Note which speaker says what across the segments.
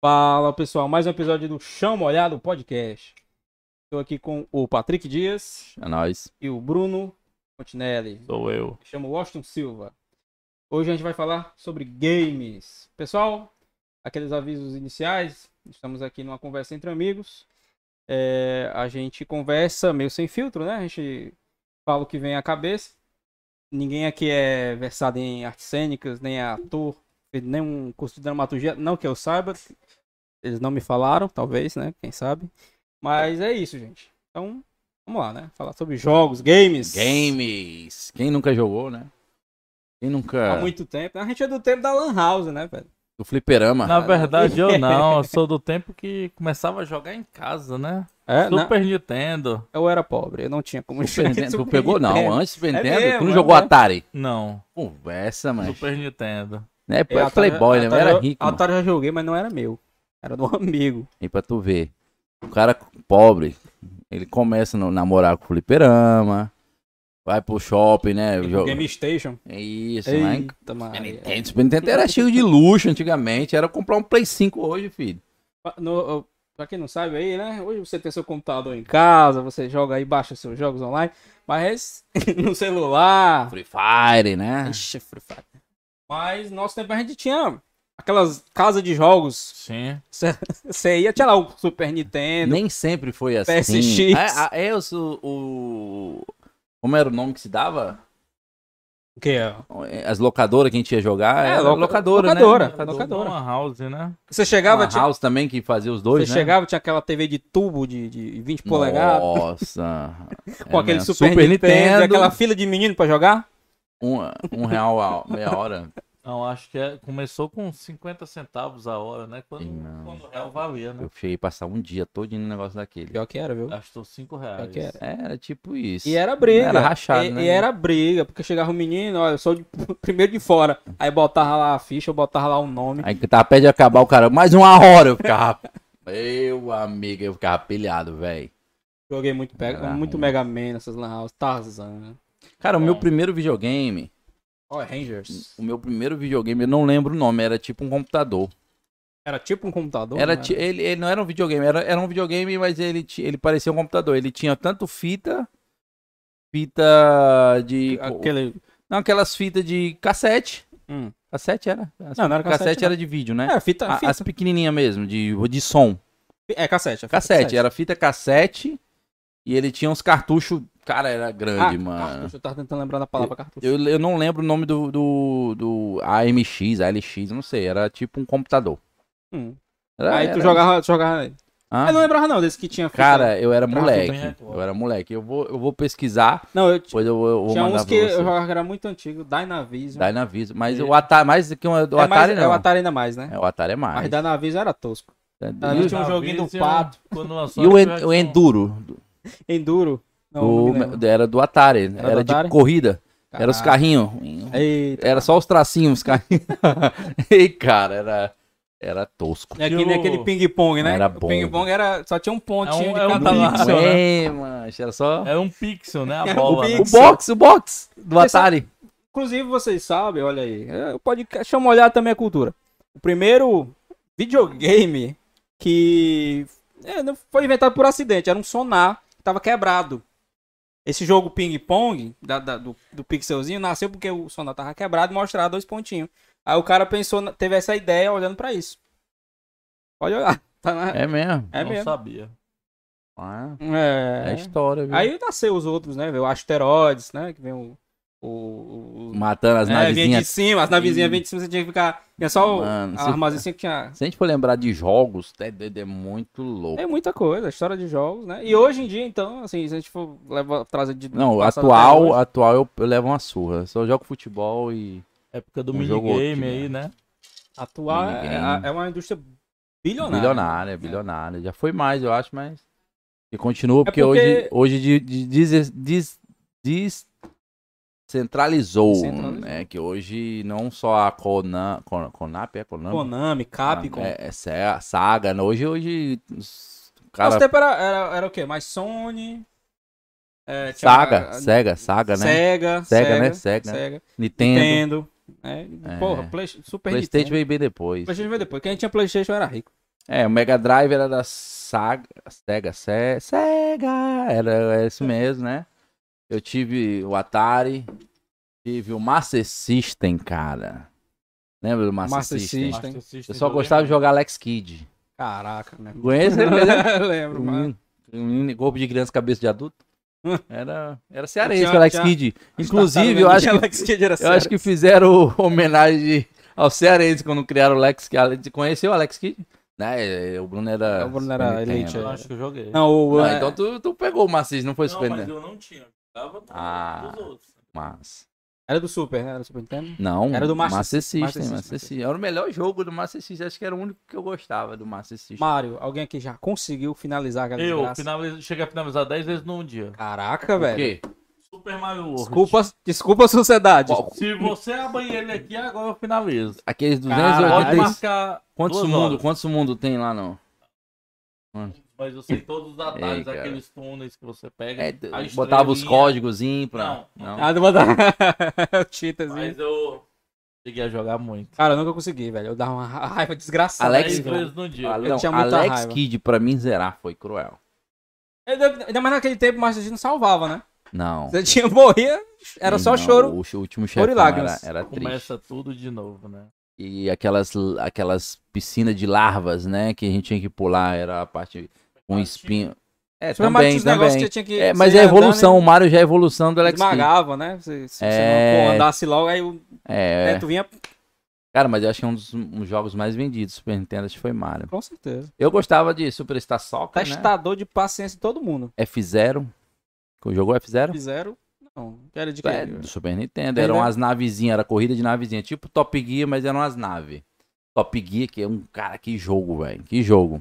Speaker 1: Fala pessoal, mais um episódio do Chão Molhado Podcast. Estou aqui com o Patrick Dias
Speaker 2: É nóis.
Speaker 1: e o Bruno Continelli.
Speaker 2: Sou eu.
Speaker 1: Me chamo Washington Silva. Hoje a gente vai falar sobre games. Pessoal, aqueles avisos iniciais. Estamos aqui numa conversa entre amigos. É, a gente conversa meio sem filtro, né? A gente fala o que vem à cabeça. Ninguém aqui é versado em artes cênicas, nem é ator, fez nenhum curso de dramaturgia, não que eu saiba. Eles não me falaram, talvez, né? Quem sabe. Mas é isso, gente. Então, vamos lá, né? Falar sobre jogos, games.
Speaker 2: Games. Quem nunca jogou, né? Quem nunca.
Speaker 1: Há Tá muito tempo. A gente é do tempo da Lan House, né, velho?
Speaker 2: Do fliperama.
Speaker 3: Na verdade, eu não. Eu sou do tempo que começava a jogar em casa, né?
Speaker 1: É, não,
Speaker 3: Super Nintendo.
Speaker 1: eu era pobre, eu não tinha como
Speaker 2: Super
Speaker 1: jogar
Speaker 2: Nintendo. Tu
Speaker 1: Super
Speaker 2: pegou, não.
Speaker 1: Nintendo.
Speaker 2: Antes Super
Speaker 1: É
Speaker 2: Nintendo, tu
Speaker 1: mesmo,
Speaker 2: não
Speaker 1: é
Speaker 2: jogou
Speaker 1: mesmo.
Speaker 2: Atari.
Speaker 3: Não.
Speaker 2: Conversa, mas.
Speaker 3: Super Nintendo.
Speaker 2: Né?
Speaker 1: É,
Speaker 2: É,
Speaker 1: Atari-
Speaker 2: playboy, né?
Speaker 1: Atari-
Speaker 2: Era rico. mano.
Speaker 1: Atari eu já joguei, mas não era meu. Era do amigo.
Speaker 2: E pra tu ver. O cara pobre, ele começa a namorar com o fliperama. Vai pro shopping, né? Jo-
Speaker 1: Game Station.
Speaker 2: É Isso, né?
Speaker 1: Eita,
Speaker 2: Super
Speaker 1: Maria.
Speaker 2: Nintendo, Super Nintendo era cheio de luxo antigamente. Era comprar um Play 5 hoje, filho.
Speaker 1: No, ó, pra quem não sabe aí, né? Hoje você tem seu computador em casa, você joga aí, baixa seus jogos online, mas no celular.
Speaker 2: Free Fire, né?
Speaker 1: Ixi, Free Fire. Mas nosso tempo a gente tinha aquelas casas de jogos.
Speaker 3: Sim.
Speaker 1: Você ia tirar o Super Nintendo.
Speaker 2: Nem sempre foi assim.
Speaker 1: PSX.
Speaker 2: É, é, é os- o, o- Como era o nome que se dava?
Speaker 1: O que é?
Speaker 2: As locadoras que a gente ia jogar.
Speaker 1: É,
Speaker 2: era
Speaker 1: loca-
Speaker 2: locadora,
Speaker 1: locadora.
Speaker 2: né?
Speaker 1: Era locadora.
Speaker 3: Uma house, né?
Speaker 1: Você
Speaker 2: Chegava,
Speaker 1: chegava, tinha
Speaker 2: House também que fazia os dois,
Speaker 1: Você
Speaker 2: né?
Speaker 1: chegava, tinha aquela TV de tubo de, de 20 polegadas,
Speaker 2: Nossa.
Speaker 1: com
Speaker 2: É
Speaker 1: aquele
Speaker 2: mesmo.
Speaker 1: Super, Nintendo, e aquela fila de menino pra jogar.
Speaker 2: Um, um real a meia hora.
Speaker 3: Não, acho que é- começou com 50 centavos a hora, né? Quando,
Speaker 2: Ih, não.
Speaker 3: quando o real valia, né?
Speaker 2: Eu cheguei a passar um dia todo no negócio daquele.
Speaker 1: Pior que era, viu?
Speaker 3: Gastou 5 reais.
Speaker 2: É
Speaker 1: Pior que era.
Speaker 2: Era tipo isso.
Speaker 1: E era briga.
Speaker 2: Era rachado,
Speaker 1: e,
Speaker 2: né?
Speaker 1: e era briga, porque chegava o menino, ó, eu sou de- primeiro de fora. Aí botava lá a ficha, eu botava lá o nome.
Speaker 2: Aí que tava perto de acabar o cara. Mais uma hora eu ficava. Meu amigo, eu ficava pilhado, velho.
Speaker 1: Joguei muito, pega,
Speaker 2: Era
Speaker 1: muito
Speaker 2: ruim.
Speaker 1: Mega Man nessas lan house, Tarzan.
Speaker 2: Cara, o meu
Speaker 3: Bom.
Speaker 2: primeiro videogame.
Speaker 1: Ó, Rangers.
Speaker 2: O meu primeiro videogame, eu não lembro o nome, era tipo um computador.
Speaker 1: Era tipo um computador.
Speaker 2: Era,
Speaker 1: né?
Speaker 2: ti- ele, ele não era um videogame, era, era um videogame, mas ele, ti- ele parecia um computador. Ele tinha tanto fita, fita de.
Speaker 1: Aquele.
Speaker 2: Não, aquelas fitas de cassete.
Speaker 1: Hum.
Speaker 2: Cassete era? As-
Speaker 1: Não, não era cassete. não. É,
Speaker 2: era de vídeo, né?
Speaker 1: Era fita.
Speaker 2: A-
Speaker 1: fita.
Speaker 2: As pequenininhas mesmo, de, de som.
Speaker 1: É cassete. é fita
Speaker 2: Cassete, era fita cassete e ele tinha uns cartuchos. Cara, era grande,
Speaker 1: Ah,
Speaker 2: mano.
Speaker 1: Cartucho, eu tava tentando lembrar da palavra cartucho.
Speaker 2: Eu, eu não lembro o nome do, do, do AMX, ALX, não sei. Era tipo um computador.
Speaker 1: Hum.
Speaker 2: Era-
Speaker 1: Aí tu
Speaker 2: era-
Speaker 1: jogava, tu jogava
Speaker 2: Hã?
Speaker 1: Ah, Eu É, não é lembrava não desse que tinha fita.
Speaker 2: Cara, eu era
Speaker 3: Tráfico
Speaker 2: moleque.
Speaker 1: é
Speaker 3: em record.
Speaker 2: Eu era moleque. Eu vou, eu vou pesquisar,
Speaker 1: Não, eu t-
Speaker 2: depois eu, eu vou
Speaker 1: tinha
Speaker 2: mandar
Speaker 1: uns
Speaker 2: pra
Speaker 1: que
Speaker 2: você.
Speaker 1: eu jogava que era muito antigo, Dynavision.
Speaker 2: Dynavision. Mas
Speaker 3: E-
Speaker 2: o Atari, mais do que o do
Speaker 1: é, mais-
Speaker 2: Atari,
Speaker 1: é o
Speaker 2: não.
Speaker 1: Atari ainda mais, né?
Speaker 2: É, o Atari é mais. É,
Speaker 1: Mas Dynavision era tosco. Dynavision
Speaker 2: E,
Speaker 1: tinha um joguinho do
Speaker 3: Dynavision,
Speaker 1: pato.
Speaker 3: é Quando lançou,
Speaker 2: e o,
Speaker 3: eu
Speaker 2: en-
Speaker 3: já tinha
Speaker 2: o
Speaker 3: um-
Speaker 2: Enduro?
Speaker 1: Enduro. né? Não,
Speaker 2: do-
Speaker 1: não me lembro.
Speaker 2: era do Atari. Era,
Speaker 1: do
Speaker 2: de
Speaker 1: Atari?
Speaker 2: corrida. Era os
Speaker 1: Caraca.
Speaker 2: carrinhos.
Speaker 1: Eita.
Speaker 2: Era só os tracinhos, os carrinhos. Ei, cara, era, era tosco.
Speaker 1: É que nem
Speaker 3: o-
Speaker 1: aquele ping-pong, né?
Speaker 2: Era
Speaker 1: O
Speaker 2: bom.
Speaker 1: pixel era... só tinha um pontinho
Speaker 3: É um-
Speaker 1: de
Speaker 3: é um
Speaker 1: cada lado.
Speaker 3: pixel.
Speaker 2: Ué, mancho, era
Speaker 1: É,
Speaker 2: só.
Speaker 3: Era um pixel, né?
Speaker 2: É
Speaker 1: Era
Speaker 3: A
Speaker 1: um
Speaker 3: bola. né?
Speaker 2: O
Speaker 1: pixel.
Speaker 2: box, o box do
Speaker 1: Você sabe-
Speaker 2: Atari.
Speaker 1: Inclusive, vocês sabem, olha aí. é, O podcast chama olhar também a cultura. O primeiro videogame que é, não foi inventado por acidente, era um sonar que tava quebrado. Esse jogo ping-pong da- da- do, do pixelzinho nasceu porque o sonar tava quebrado e mostrava dois pontinhos. Aí o cara pensou, na- teve essa ideia olhando pra isso. Pode olhar. Tá na-
Speaker 2: É mesmo.
Speaker 1: É
Speaker 3: não
Speaker 1: mesmo.
Speaker 3: sabia.
Speaker 2: Ah,
Speaker 1: É.
Speaker 2: É história, viu?
Speaker 1: Aí nasceu os outros, né? velho? O asteroides, né? Que vem o. o- o-
Speaker 2: Matando as
Speaker 1: é, vinha de
Speaker 2: navezinhas.
Speaker 1: cima, as navezinhas
Speaker 2: Ih.
Speaker 1: vinha de cima, você tinha que ficar. Tinha só o
Speaker 2: Mano,
Speaker 1: a
Speaker 2: se-
Speaker 1: armazenzinha que tinha.
Speaker 2: Se a gente for lembrar de jogos, é, doido, é muito louco.
Speaker 1: É muita coisa, história de jogos, né? E hoje em dia, então, assim, se a gente for levar, trazer de.
Speaker 2: Não,
Speaker 1: passado até
Speaker 2: atual,
Speaker 1: hoje,
Speaker 2: atual eu, eu levo uma surra. Só jogo futebol e.
Speaker 3: Época do
Speaker 2: Um jogo outro,
Speaker 3: minigame
Speaker 2: né?
Speaker 3: aí, né?
Speaker 1: Atual é,
Speaker 2: ninguém-
Speaker 1: é uma indústria bilionária.
Speaker 2: Bilionária, bilionária. é Já foi mais, eu acho, mas. E continua, porque,
Speaker 1: É porque-
Speaker 2: hoje, hoje de, de, des- des- des- centralizou,
Speaker 1: Centralizou.
Speaker 2: né? Que hoje não só a Conan, Con- Conap, é Conan?
Speaker 1: Konami, Capcom.
Speaker 2: É, é sé- a saga. né? Hoje, hoje. os
Speaker 1: Nosso
Speaker 2: Cara,
Speaker 1: tempo era, era, era o quê? Mais Sony. é, tinha
Speaker 2: saga,
Speaker 1: a-
Speaker 2: Sega, saga, né?
Speaker 1: Sega,
Speaker 2: Sega,
Speaker 1: Sega,
Speaker 2: né? Sega.
Speaker 1: Sega,
Speaker 2: Nintendo.
Speaker 1: Nintendo. né?
Speaker 2: É.
Speaker 1: Porra, Play- Super
Speaker 2: PlayStation
Speaker 1: Nintendo.
Speaker 2: veio bem depois.
Speaker 1: PlayStation veio depois. Quem tinha PlayStation era rico.
Speaker 2: É, o Mega Drive era da Saga, Sega, Se- Sega, era, era isso mesmo, né? Eu tive o Atari, tive o Master System, cara. Lembra do Master,
Speaker 1: Master
Speaker 2: System?
Speaker 1: System.
Speaker 3: Master System
Speaker 2: Eu só
Speaker 3: do
Speaker 2: gostava de
Speaker 3: Lehman.
Speaker 2: jogar Alex Kidd.
Speaker 1: Caraca, né?
Speaker 2: Conhece? Um
Speaker 1: Lembro, mano.
Speaker 2: Menino- menino, Golpe de criança, cabeça de adulto. Era, era cearense,
Speaker 1: Tinha-
Speaker 2: o Alex
Speaker 1: tinha- tá
Speaker 2: Kidd. Inclusive, eu acho que
Speaker 1: Alex Kidd era
Speaker 2: eu acho que fizeram homenagem ao Cearense quando criaram o Alex Kidd. Conheceu o Alex Kidd? Né? O Bruno era.
Speaker 1: É, O Bruno era
Speaker 2: Super
Speaker 1: elite,
Speaker 2: Nintendo.
Speaker 1: é.
Speaker 3: Eu acho que eu joguei.
Speaker 1: Não, o,
Speaker 2: Não,
Speaker 1: é,
Speaker 2: então tu, tu pegou o Macis, não foi
Speaker 3: Não,
Speaker 2: Super
Speaker 3: mas
Speaker 2: Nintendo.
Speaker 3: eu não tinha. Eu jogava no-
Speaker 2: Ah.
Speaker 3: dos outros.
Speaker 2: Mas.
Speaker 1: era do Super, né? Era do Super Nintendo.
Speaker 2: Não,
Speaker 1: Era do Master-
Speaker 2: Master System,
Speaker 1: Master System,
Speaker 2: Master
Speaker 1: Master
Speaker 2: System. Era o melhor jogo do Master System. Acho que era o único que eu gostava do Master System.
Speaker 1: Mário, alguém aqui já conseguiu finalizar aquela
Speaker 3: Eu
Speaker 1: desgraça?
Speaker 3: finalizo, cheguei a finalizar 10 vezes num dia.
Speaker 1: Caraca,
Speaker 2: O
Speaker 1: velho.
Speaker 2: quê?
Speaker 3: Super Mario World.
Speaker 1: Desculpa, desculpa a sociedade.
Speaker 2: Qual-
Speaker 3: Se você abrir ele aqui, agora eu finalizo.
Speaker 2: Aqueles
Speaker 3: Pode
Speaker 2: 280.
Speaker 3: marcar.
Speaker 2: Quantos
Speaker 3: duas
Speaker 2: mundo,
Speaker 3: horas.
Speaker 2: quantos mundo tem lá, não?
Speaker 3: Mas eu sei todos os atalhos,
Speaker 2: cara.
Speaker 3: aqueles túneis que você pega.
Speaker 2: É,
Speaker 3: a
Speaker 2: botava os
Speaker 3: estrelinha.
Speaker 2: códigos pra.
Speaker 3: Não,
Speaker 1: Ah, não mandar. Cheatazinho.
Speaker 3: Mas eu cheguei a jogar muito.
Speaker 1: Cara, eu nunca consegui, velho. Eu dava uma ra- raiva desgraçada.
Speaker 2: Alex-
Speaker 3: 10 vezes num dia.
Speaker 2: Ah,
Speaker 1: Eu
Speaker 2: não,
Speaker 1: tinha muita
Speaker 2: Alex
Speaker 1: raiva.
Speaker 2: Kidd pra mim zerar foi cruel.
Speaker 1: Ainda ainda mais naquele tempo, mas a gente não salvava, né?
Speaker 2: Não.
Speaker 1: Você tinha morria, era só
Speaker 2: Não,
Speaker 1: choro.
Speaker 2: O ch- o último chefe era,
Speaker 1: lágrimas.
Speaker 2: era triste.
Speaker 3: Começa tudo de novo, né?
Speaker 2: E aquelas, aquelas piscinas de larvas, né? Que a gente tinha que pular, era a parte com espinho. É,
Speaker 1: Super Mario
Speaker 2: também,
Speaker 1: tinha uns negócios
Speaker 2: também.
Speaker 1: que tinha que. né?
Speaker 2: É, mas
Speaker 1: você
Speaker 2: é a
Speaker 1: ia andando
Speaker 2: evolução, o Mario já é a evolução do
Speaker 1: e
Speaker 2: Alex Kidd.
Speaker 1: Esmagava, né? Se, se você
Speaker 2: É.
Speaker 1: não andasse logo, aí o
Speaker 2: É,
Speaker 1: neto vinha.
Speaker 2: cara, mas eu acho que é um dos um dos jogos mais vendidos do Super Nintendo, acho que foi Mario.
Speaker 1: Com certeza.
Speaker 2: Eu gostava de Superstar Soccer, né?
Speaker 1: Testador de paciência de todo mundo.
Speaker 2: F0. Jogou F0?
Speaker 1: Fizeram. Não, era de quê?
Speaker 2: É, do Super Nintendo.
Speaker 1: Tem,
Speaker 2: Eram
Speaker 1: né?
Speaker 2: as navezinhas, era corrida de navezinha. Tipo Top Gear, mas eram as naves. Top Gear, que é um cara, que jogo, velho. Que jogo.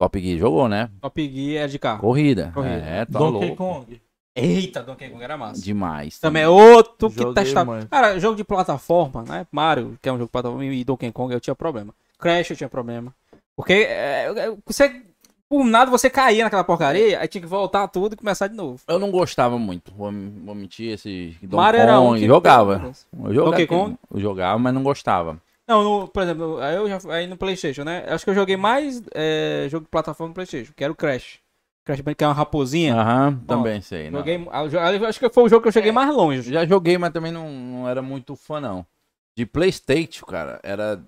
Speaker 2: Top Gear jogou, né?
Speaker 1: Top Gear era de carro.
Speaker 2: Corrida.
Speaker 1: Ah, Corrida.
Speaker 2: É, tá
Speaker 3: Donkey
Speaker 2: louco.
Speaker 3: Kong.
Speaker 1: Eita, Donkey Kong era massa.
Speaker 2: Demais.
Speaker 1: Também é outro que
Speaker 3: Joguei
Speaker 1: testa.
Speaker 3: muito.
Speaker 1: Cara, jogo de plataforma, né? Mario, que é um jogo de plataforma, e Donkey Kong, eu tinha problema. Crash, eu tinha problema. Porque é, é, você. Por nada você caía naquela porcaria, aí tinha que voltar tudo e começar de novo.
Speaker 2: Eu não gostava muito. Vou, vou mentir, esse Donkey
Speaker 1: Mario era um.
Speaker 2: Kong.
Speaker 1: que-
Speaker 2: Jogava. Eu jogava,
Speaker 1: Donkey Kong?
Speaker 2: eu jogava, mas não gostava.
Speaker 1: Não, no- por exemplo, aí eu já aí no PlayStation, né? Acho que eu joguei mais é, jogo de plataforma no PlayStation, que era o Crash. Crash Bandicoot, que é uma raposinha.
Speaker 2: Aham, também sei. não.
Speaker 1: joguei, ah, jo- ali acho que foi o jogo que eu
Speaker 3: É.
Speaker 1: cheguei mais longe.
Speaker 2: Já joguei, mas também não, não era muito fã, não. De Playstation, cara, era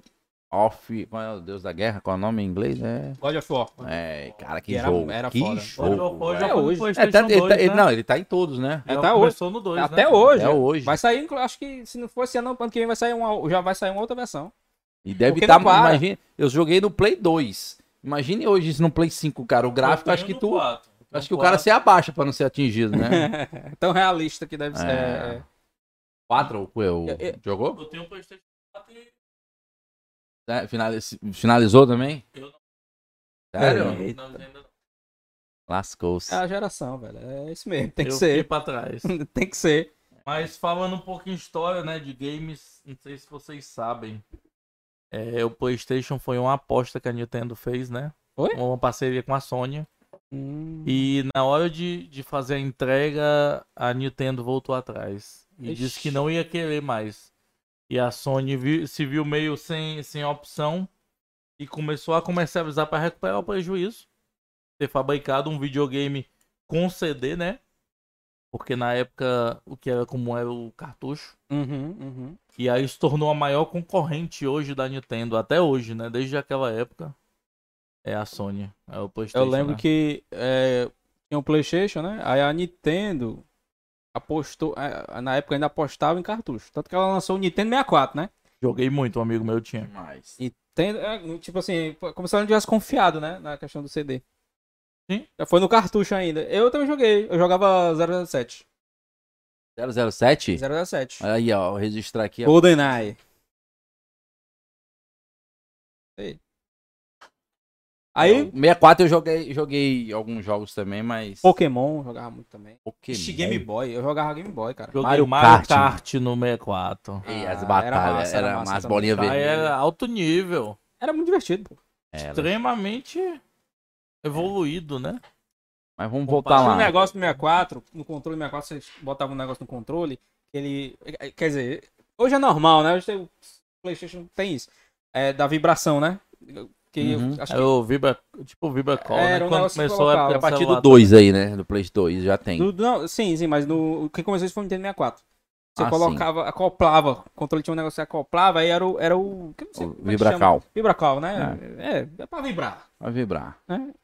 Speaker 2: Off... Qual é o Deus da Guerra? Qual é o nome em inglês? É...
Speaker 1: God of War. né?
Speaker 2: É, cara, que
Speaker 1: E era-
Speaker 2: jogo.
Speaker 1: era
Speaker 2: que
Speaker 1: foda.
Speaker 2: jogo.
Speaker 3: Hoje
Speaker 2: velho.
Speaker 1: até
Speaker 3: eu
Speaker 1: hoje.
Speaker 2: É, tá- ele tá- ele- Não, ele tá em todos, né?
Speaker 1: até hoje.
Speaker 3: no né? 2,
Speaker 1: Até né? hoje. é.
Speaker 2: Até hoje.
Speaker 1: Vai sair, inclu- acho que se não fosse ano, ano que vem vai sair uma, já vai sair uma outra versão.
Speaker 2: E deve
Speaker 1: Porque
Speaker 2: estar.
Speaker 1: não para.
Speaker 2: imagina, eu joguei no Play 2. Imagine hoje isso no Play 5, cara. O gráfico, acho que tu. Acho que o cara se abaixa pra não ser atingido, né?
Speaker 1: É tão realista que deve ser.
Speaker 2: É.
Speaker 1: é, é.
Speaker 2: 4 eu,
Speaker 1: Eu- eu-
Speaker 2: jogou?
Speaker 3: Eu tenho um PlayStation 4 e
Speaker 2: É, finaliz- Finalizou também?
Speaker 3: eu não.
Speaker 2: Sério?
Speaker 1: Eita.
Speaker 3: não, ainda não.
Speaker 2: Lascou-se.
Speaker 1: É a geração, velho. É isso mesmo. Tem que
Speaker 3: eu fiquei
Speaker 1: ser.
Speaker 3: pra trás.
Speaker 1: Tem que ser.
Speaker 3: Mas falando um pouquinho de história, né, de games, não sei se vocês sabem. É, o PlayStation foi uma aposta que a Nintendo fez, né?
Speaker 1: Foi?
Speaker 3: Uma parceria com a Sony. E na hora de, de fazer a entrega, a Nintendo voltou atrás. E
Speaker 1: Ixi.
Speaker 3: disse que não ia querer mais. E a Sony vi- se viu meio sem, sem opção e começou a comercializar para recuperar o prejuízo. Ter fabricado um videogame com CD, né? Porque na época o que era comum era o cartucho.
Speaker 1: Uhum, uhum.
Speaker 3: E aí se tornou a maior concorrente hoje da Nintendo, até hoje, né? Desde aquela época. É a Sony. É o
Speaker 1: Eu
Speaker 3: PlayStation,
Speaker 1: lembro
Speaker 3: né?
Speaker 1: que é, tinha um PlayStation, né? Aí a Nintendo apostou. é, Na época ainda apostava em cartucho. Tanto que ela lançou o Nintendo 64, né?
Speaker 3: Joguei muito, um amigo meu tinha.
Speaker 2: Demais.
Speaker 1: Tem- é, tipo assim, como se ela não tivesse confiado, né? Na questão do CD.
Speaker 3: Sim.
Speaker 1: Foi no cartucho ainda. Eu também joguei. Eu jogava 007.
Speaker 2: 007?
Speaker 1: 007.
Speaker 2: Olha Aí, ó, registrar aqui. ó.
Speaker 1: GoldenEye. Aí. Aí,
Speaker 2: 64 eu joguei, joguei alguns jogos também, mas.
Speaker 1: Pokémon eu jogava muito também.
Speaker 2: Pokémon.
Speaker 1: Ixi, Game Boy. Eu jogava Game Boy, cara.
Speaker 3: Joguei
Speaker 2: Mario
Speaker 3: Mario,
Speaker 2: Kart,
Speaker 3: Kart, no 64.
Speaker 2: E
Speaker 1: Ah,
Speaker 2: as
Speaker 1: era
Speaker 2: batalhas,
Speaker 1: massa, era
Speaker 2: era
Speaker 1: massa
Speaker 2: umas
Speaker 1: também.
Speaker 2: bolinhas
Speaker 1: Tá,
Speaker 3: Aí
Speaker 2: vermelhas.
Speaker 3: era alto nível.
Speaker 1: Era muito divertido, pô.
Speaker 2: Era.
Speaker 3: Extremamente evoluído, né?
Speaker 2: Mas vamos voltar
Speaker 1: Tinha um
Speaker 2: lá.
Speaker 1: negócio no 64, no controle 64, você botava um negócio no controle, que ele. Quer dizer, hoje é normal, né? Hoje tem, o PlayStation tem isso. É da vibração, né? Que eu
Speaker 2: Uhum.
Speaker 1: acho
Speaker 3: É o Vibra, tipo o Vibra Call,
Speaker 1: Era
Speaker 3: né?
Speaker 1: um
Speaker 3: Quando
Speaker 1: negócio que
Speaker 3: começou a época
Speaker 2: É
Speaker 1: colocava.
Speaker 2: a
Speaker 1: o
Speaker 2: partir do
Speaker 3: celular.
Speaker 2: 2 aí, né? Do Play 2, já tem.
Speaker 1: Do- do- não, sim, sim, mas no, quem começou isso foi o Nintendo 64. Você
Speaker 2: Ah, sim.
Speaker 1: colocava, acoplava, o controle tinha um negócio que acoplava, aí era o. Era o, que eu não sei
Speaker 2: O
Speaker 1: como é que chama.
Speaker 2: Vibracal.
Speaker 1: Vibracal, né? É, é, pra vibrar. né?
Speaker 2: Vai vibrar.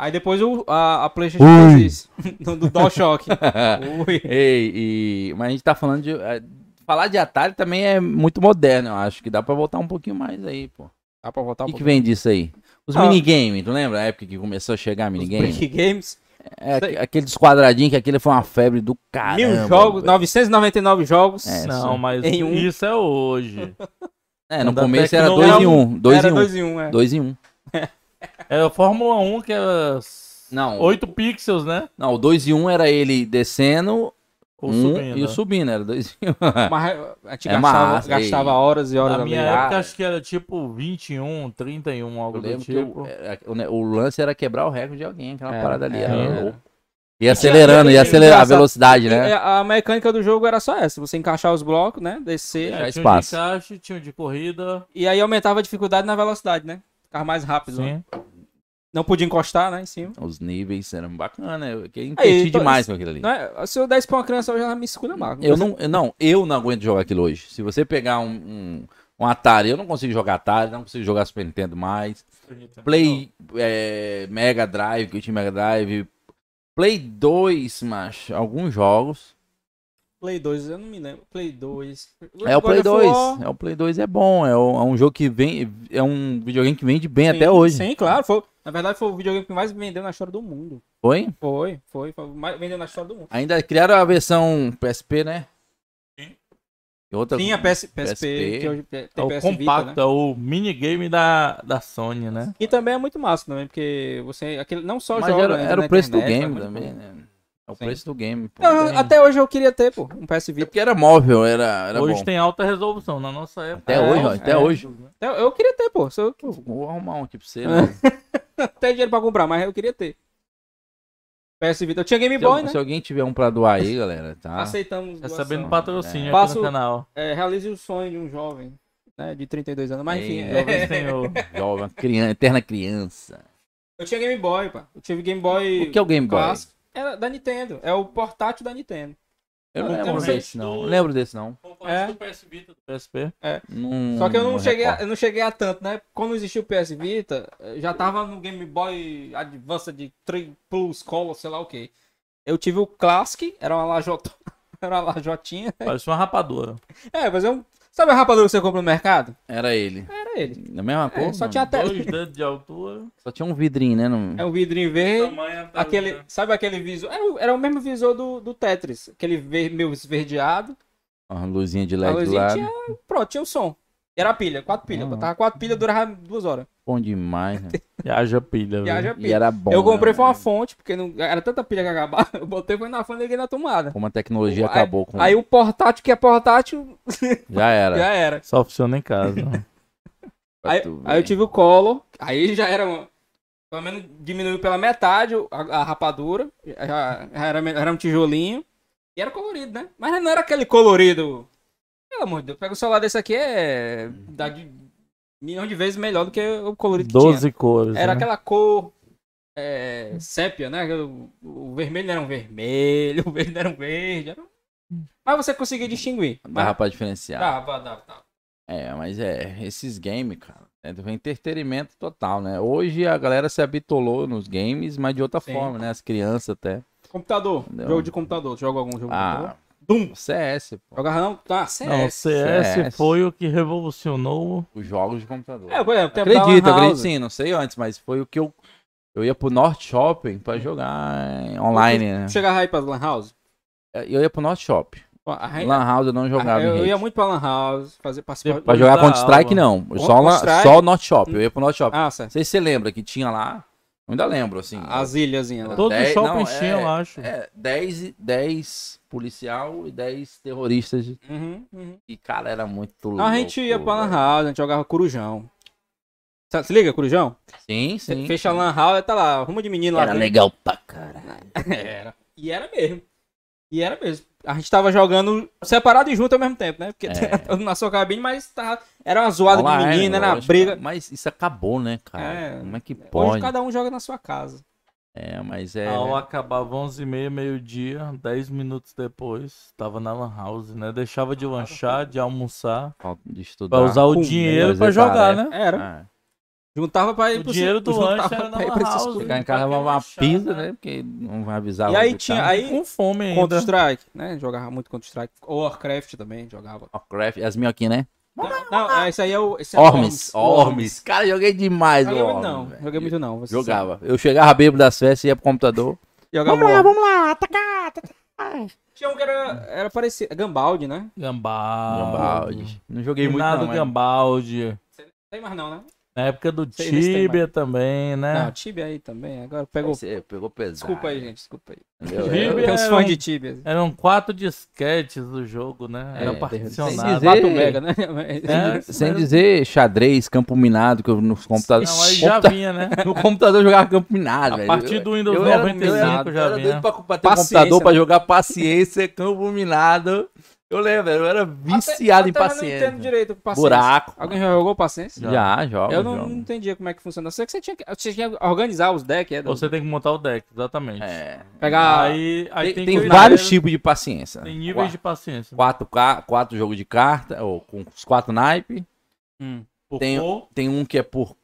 Speaker 1: Aí depois o, a, a PlayStation
Speaker 2: Ui.
Speaker 1: fez isso, do, do DualShock. Ui.
Speaker 2: Ei, e- Mas a gente tá falando de. é, Falar de Atari também é muito moderno, eu acho. Que dá pra voltar um pouquinho mais aí, pô.
Speaker 1: Dá pra voltar
Speaker 2: O
Speaker 1: um
Speaker 2: que, que
Speaker 1: pouquinho.
Speaker 2: vem disso aí? Os
Speaker 1: Ah.
Speaker 2: minigames, tu lembra? A época que começou a chegar
Speaker 1: Os
Speaker 2: minigame?
Speaker 1: Brick Games.
Speaker 2: É, aqu- aqueles quadradinhos que aquele foi uma febre do caramba.
Speaker 1: mil jogos,
Speaker 2: velho.
Speaker 1: 999 jogos.
Speaker 2: É,
Speaker 3: Não,
Speaker 2: só-
Speaker 3: mas
Speaker 1: em um.
Speaker 3: isso é hoje.
Speaker 2: É, no
Speaker 3: Da
Speaker 2: começo era
Speaker 3: tecnologia.
Speaker 2: 2 em 1. 2
Speaker 1: era
Speaker 2: em 1.
Speaker 1: dois em um, é.
Speaker 2: 2 em 1.
Speaker 3: É a Fórmula 1 que era
Speaker 2: Não.
Speaker 3: 8 pixels, né?
Speaker 2: Não, o 2 em 1 era ele descendo
Speaker 3: Ou
Speaker 2: um,
Speaker 3: subindo.
Speaker 2: e o subindo. Era 2 em 1.
Speaker 1: Mas a gente
Speaker 2: É
Speaker 1: gastava,
Speaker 2: massa,
Speaker 1: gastava
Speaker 2: ei.
Speaker 1: horas e horas
Speaker 3: Na
Speaker 1: ali.
Speaker 3: minha
Speaker 2: Ah.
Speaker 3: época acho que era tipo 21, 31,
Speaker 2: Eu
Speaker 3: algo do
Speaker 2: lembro que o,
Speaker 3: tipo.
Speaker 2: é, o ne- o lance era quebrar o recorde de alguém, aquela
Speaker 1: É,
Speaker 2: parada ali.
Speaker 1: é,
Speaker 2: Era
Speaker 1: é.
Speaker 2: louco. E acelerando, e
Speaker 1: e-
Speaker 2: acelerar a
Speaker 1: engraçado,
Speaker 2: velocidade, né?
Speaker 1: E A a mecânica do jogo era só essa: você encaixar os blocos, né? Descer.
Speaker 2: já
Speaker 3: É, tinha um de
Speaker 2: espaço.
Speaker 3: encaixe, tinha um de corrida.
Speaker 1: E aí aumentava a dificuldade na velocidade, né? Ficava mais rápido. né?
Speaker 3: Sim.
Speaker 1: Não podia encostar, né? Em cima.
Speaker 2: Os níveis eram bacana. Eu eu
Speaker 1: Aí,
Speaker 2: investi
Speaker 1: então,
Speaker 2: demais
Speaker 1: isso-
Speaker 2: com aquilo ali.
Speaker 1: Não é- Se eu desse pra uma criança, eu já me escudo mago.
Speaker 2: Eu não, eu não, eu não aguento jogar aquilo hoje. Se você pegar um, um, um Atari, eu não consigo jogar Atari, não consigo jogar Super Nintendo mais. Play é, Mega Drive, que eu tinha Mega Drive. Play 2, mas alguns jogos.
Speaker 1: Play 2, eu não me lembro. Play 2.
Speaker 2: É o
Speaker 1: God
Speaker 2: Play
Speaker 1: of
Speaker 2: 2.
Speaker 1: War.
Speaker 2: É o Play 2 é bom. É, o- é um jogo que vem. É um videogame que vende bem
Speaker 1: Sim,
Speaker 2: até hoje.
Speaker 1: Sim, claro. Foi, na verdade, foi o videogame que mais vendeu na história do mundo.
Speaker 2: Foi?
Speaker 1: Foi, foi. foi o mais, vendeu na história do mundo.
Speaker 2: Ainda criaram a versão PSP, né?
Speaker 3: Sim.
Speaker 2: E outra.
Speaker 1: Tinha PS, PSP,
Speaker 2: PSP.
Speaker 1: que hoje tem
Speaker 3: É o
Speaker 1: PS
Speaker 3: compacto,
Speaker 1: Vita, né?
Speaker 3: é o minigame da, da Sony, né?
Speaker 1: E também é muito massa também, porque você aquele, não só
Speaker 2: Mas
Speaker 1: joga.
Speaker 2: era,
Speaker 1: entra
Speaker 2: era
Speaker 1: na
Speaker 2: o preço
Speaker 1: internet,
Speaker 2: do game
Speaker 1: faz muito
Speaker 2: também,
Speaker 1: bom.
Speaker 2: né? É o
Speaker 1: Sim.
Speaker 2: preço do game. pô.
Speaker 1: Não,
Speaker 2: Tem-
Speaker 1: até hoje eu queria ter, pô, um PS
Speaker 2: É
Speaker 1: Vita.
Speaker 2: porque era móvel, era, era
Speaker 3: hoje
Speaker 2: bom.
Speaker 3: tem alta resolução, na nossa época.
Speaker 2: Até
Speaker 1: É,
Speaker 2: hoje, ó, até
Speaker 1: é.
Speaker 2: hoje.
Speaker 1: Eu, eu queria ter, pô. Se eu
Speaker 2: Vou arrumar um aqui pra você.
Speaker 1: É.
Speaker 2: Né?
Speaker 1: tenho dinheiro pra comprar, mas eu queria ter. PS Vita. Eu tinha Game
Speaker 2: Se, al-
Speaker 1: Boy, né? Ah,
Speaker 2: se alguém tiver um pra doar aí, galera, tá?
Speaker 1: Aceitamos. doação.
Speaker 3: Recebendo patrocínio aqui
Speaker 1: Passo-
Speaker 3: no canal.
Speaker 1: É, realize o sonho de um jovem, né? De 32 anos. Mas enfim.
Speaker 2: Ei,
Speaker 1: é.
Speaker 3: Jovem senhor.
Speaker 2: Jovem, uma criança, eterna criança.
Speaker 1: Eu tinha Game Boy, pá. Eu tive Game Boy
Speaker 2: O que é o Game Boy?
Speaker 1: clássico. Era da Nintendo. É o portátil da Nintendo.
Speaker 2: Eu não
Speaker 1: Eu
Speaker 2: lembro
Speaker 1: É, não sei.
Speaker 2: desse, não. Não lembro desse, não.
Speaker 1: É.
Speaker 3: do PS Vita, do PSP.
Speaker 2: Não-
Speaker 1: Só que eu não, cheguei a,
Speaker 2: recordo.
Speaker 1: eu não cheguei a tanto, né? Quando existiu o PS Vita, eh, já tava no Game Boy Advance de 3 Plus Color, sei lá o que. Eu tive o Classic, era uma lajota. Era uma lajotinha.
Speaker 3: Parece uma rapadura.
Speaker 1: É, mas é um. Sabe a rapadura que você compra no mercado?
Speaker 2: Era ele.
Speaker 1: Era ele.
Speaker 2: Na mesma
Speaker 1: É,
Speaker 2: cor?
Speaker 1: só
Speaker 2: não?
Speaker 1: tinha até.
Speaker 3: Dois dedos de altura.
Speaker 2: Só tinha um vidrinho, né? No...
Speaker 1: É um vidrinho verde.
Speaker 3: Tamanho até
Speaker 1: Aquele, sabe aquele visor? Era, o- era o mesmo visor do, do Tetris. Aquele ver, meio esverdeado.
Speaker 2: Uma luzinha de
Speaker 1: A
Speaker 2: LED do
Speaker 1: luzinha
Speaker 2: lado.
Speaker 1: tinha. Pronto, tinha o som. E era pilha, quatro pilhas.
Speaker 2: Uhum.
Speaker 1: Botava quatro pilhas, durava duas horas.
Speaker 2: Bom demais, né?
Speaker 3: E haja pilha,
Speaker 1: E
Speaker 3: velho.
Speaker 1: haja
Speaker 2: E
Speaker 1: pilha.
Speaker 2: era bom.
Speaker 1: eu comprei
Speaker 2: né,
Speaker 1: foi uma
Speaker 2: velho?
Speaker 1: fonte, porque não, era tanta pilha que acabava. Eu botei foi na fonte e liguei na tomada.
Speaker 2: Como a tecnologia acabou com.
Speaker 1: Aí o portátil que é portátil
Speaker 2: Já era.
Speaker 1: já era.
Speaker 3: Só funciona em casa.
Speaker 2: pra
Speaker 1: Aí,
Speaker 2: tu
Speaker 1: aí
Speaker 2: ver.
Speaker 1: eu tive o colo, aí já era uma- Pelo menos diminuiu pela metade o- a, a rapadura. Já, já era, me- era um tijolinho. E era colorido, né? Mas não era aquele colorido. Pelo amor de Deus, pega o celular desse aqui, é.
Speaker 2: Uhum.
Speaker 1: Dá de milhão de vezes melhor do que o colorido que tinha.
Speaker 3: 12 cores.
Speaker 1: Era
Speaker 3: né?
Speaker 1: aquela cor é, sépia, né? O, o vermelho não era um vermelho, o verde não era um verde. Era... um- Mas você conseguia distinguir.
Speaker 2: Dava
Speaker 1: Mas...
Speaker 2: pra diferenciar.
Speaker 1: Dá, dá, dá, dá.
Speaker 2: É, mas é, esses games, cara, é do entretenimento total, né? Hoje a galera se habitolou nos games, mas de outra
Speaker 1: Sim.
Speaker 2: forma, né? As crianças até.
Speaker 1: Computador,
Speaker 2: Não.
Speaker 1: jogo de computador. Joga algum jogo de computador?
Speaker 2: Ah,
Speaker 1: Dum!
Speaker 2: CS, pô,
Speaker 1: Jogava não? Ah, CS.
Speaker 3: Não, o CS,
Speaker 2: CS.
Speaker 3: foi o que revolucionou.
Speaker 2: os jogos de computador.
Speaker 1: É, por exemplo, tem
Speaker 2: acredito,
Speaker 1: Lan House.
Speaker 2: acredito sim, não sei antes, mas foi o que eu. Eu ia pro North Shopping pra jogar em- online, né? É,
Speaker 1: Tu Chegava aí pra Lan House.
Speaker 2: Eu ia pro North Shopping.
Speaker 1: Pô, a- a-
Speaker 2: Lan House eu não jogava em
Speaker 1: Ah, eu, eu
Speaker 2: rede.
Speaker 1: ia muito pra Lan House, fazer participar.
Speaker 2: Pra
Speaker 3: Hoje
Speaker 2: jogar
Speaker 3: dá
Speaker 2: Counter-Strike,
Speaker 3: aula.
Speaker 2: não. Só, lá,
Speaker 1: Counter-Strike?
Speaker 2: só o North Shopping. Eu ia pro North Shopping.
Speaker 1: Ah, certo.
Speaker 2: Não sei se você lembra que tinha lá. Eu ainda lembro, assim.
Speaker 1: As ilhazinhas lá.
Speaker 2: Tô-
Speaker 3: Todo
Speaker 2: Dez-
Speaker 3: shopping
Speaker 2: não, é-
Speaker 3: tinha, eu acho.
Speaker 2: É, 10, e- 10 policial e 10 terroristas.
Speaker 1: Uhum, uhum.
Speaker 2: E, cara, era muito
Speaker 1: Não,
Speaker 2: louco.
Speaker 1: a gente ia pra Lan
Speaker 2: velho.
Speaker 1: House, a gente jogava Corujão. Sa- Se liga, Corujão?
Speaker 2: Sim,
Speaker 1: Você
Speaker 2: sim.
Speaker 1: Fecha a Lan House, tá lá, arruma de menino lá.
Speaker 2: Era legal pra caralho.
Speaker 1: Era. E era mesmo. E era mesmo. a gente tava jogando separado e junto ao mesmo tempo, né? Porque
Speaker 2: É.
Speaker 1: na sua cabine, mas tava, era uma zoada de
Speaker 2: Online,
Speaker 1: menina, era uma
Speaker 2: é, lógico, né?
Speaker 1: briga.
Speaker 2: Mas isso acabou, né, cara?
Speaker 1: É.
Speaker 2: Como é que
Speaker 1: Hoje
Speaker 2: pode?
Speaker 1: cada Ah, um joga na sua casa.
Speaker 2: É, mas é.
Speaker 3: A aula acabava 11h30, meio-dia, 10 minutos depois, tava na Lan House, né? Deixava de lanchar, de almoçar,
Speaker 2: Falta de estudar.
Speaker 3: pra usar o
Speaker 1: com
Speaker 3: dinheiro
Speaker 2: menos
Speaker 3: pra jogar,
Speaker 2: tarefa.
Speaker 3: né?
Speaker 1: Era.
Speaker 2: Ah,
Speaker 1: Juntava pra ir
Speaker 3: O
Speaker 1: pro
Speaker 3: dinheiro
Speaker 1: ci-
Speaker 3: do
Speaker 1: juntava
Speaker 3: lanche era na
Speaker 1: pra ir
Speaker 3: lan
Speaker 1: pra esses
Speaker 3: house,
Speaker 1: clubes.
Speaker 2: Ficar Ah, em casa
Speaker 3: Pra quem
Speaker 2: levar uma
Speaker 3: lanchar,
Speaker 2: pizza,
Speaker 3: né?
Speaker 2: né? Porque não vai avisar
Speaker 1: E
Speaker 2: tá. logo
Speaker 1: aí
Speaker 2: de
Speaker 1: tinha,
Speaker 2: tarde.
Speaker 1: aí
Speaker 3: Com fome ainda.
Speaker 1: Counter Strike, né? Jogava muito Counter Strike. Warcraft também jogava.
Speaker 2: Warcraft, as minhoquinhas, né?
Speaker 1: Não, esse aí é o esse é
Speaker 2: Ormes,
Speaker 1: Ormes.
Speaker 2: Ormes. Cara, joguei demais
Speaker 1: Joguei
Speaker 2: o
Speaker 1: muito
Speaker 2: Ormes.
Speaker 1: não,
Speaker 2: velho.
Speaker 1: joguei muito não. Você
Speaker 2: Jogava. Eu chegava bêbado das festas e ia pro computador.
Speaker 1: Jogava Ormes.
Speaker 2: vamos lá, atacar. atacar.
Speaker 1: Tinha um que era, era parecido, Gambaldi, né?
Speaker 3: Gambaldi.
Speaker 2: Gambaldi. Ah, Não joguei muito
Speaker 3: Renato
Speaker 2: não, mas-
Speaker 3: Gambaldi.
Speaker 1: Tem mais não, né?
Speaker 3: Na época do
Speaker 1: Sei, nesse tem
Speaker 3: Tibia também,
Speaker 1: Não,
Speaker 3: né?
Speaker 1: Tibia aí também, agora pegou.
Speaker 2: Você pegou pesado.
Speaker 1: Desculpa aí, gente, desculpa aí.
Speaker 2: Eu,
Speaker 3: Tibia
Speaker 1: Tem uns
Speaker 3: era
Speaker 1: fãs
Speaker 3: um-
Speaker 1: de Tibia.
Speaker 3: Eram quatro disquetes do jogo, né?
Speaker 2: É,
Speaker 3: Era
Speaker 2: tem- sem
Speaker 3: particionado.
Speaker 2: dizer-
Speaker 1: 4 mega, né?
Speaker 3: É,
Speaker 2: Sem
Speaker 3: era-
Speaker 2: dizer xadrez, campo minado, que eu nos computadores.
Speaker 3: Não, aí já vinha, né?
Speaker 2: No computador eu jogava campo minado,
Speaker 3: A
Speaker 2: velho.
Speaker 3: partir do Windows
Speaker 2: eu era-
Speaker 3: 95
Speaker 2: eu era-
Speaker 3: já
Speaker 2: eu era
Speaker 3: vinha.
Speaker 2: doido pra bater o
Speaker 1: Paciência,
Speaker 2: computador pra
Speaker 1: né?
Speaker 2: jogar paciência, campo minado. Eu lembro, eu era viciado em
Speaker 1: Eu não entendo
Speaker 2: paciência.
Speaker 1: direito paciência.
Speaker 2: Buraco.
Speaker 1: Alguém já jogou paciência?
Speaker 2: Já, joga.
Speaker 1: Eu não,
Speaker 2: joga.
Speaker 1: não entendia como é que funciona. Eu sei que você tinha que, você tinha que organizar os decks, é, do-
Speaker 3: Você tem que montar o deck, exatamente.
Speaker 2: É. Ah,
Speaker 1: pegar
Speaker 3: Aí, aí
Speaker 2: tem
Speaker 3: tem,
Speaker 2: tem
Speaker 3: que-
Speaker 2: vários tipos né? de paciência.
Speaker 3: Tem níveis de paciência.
Speaker 2: Quatro, ca- quatro jogos de carta, ou com os quatro naipes.
Speaker 1: Hum.
Speaker 3: Por
Speaker 2: tem-
Speaker 3: cor,
Speaker 2: Tem um que é por.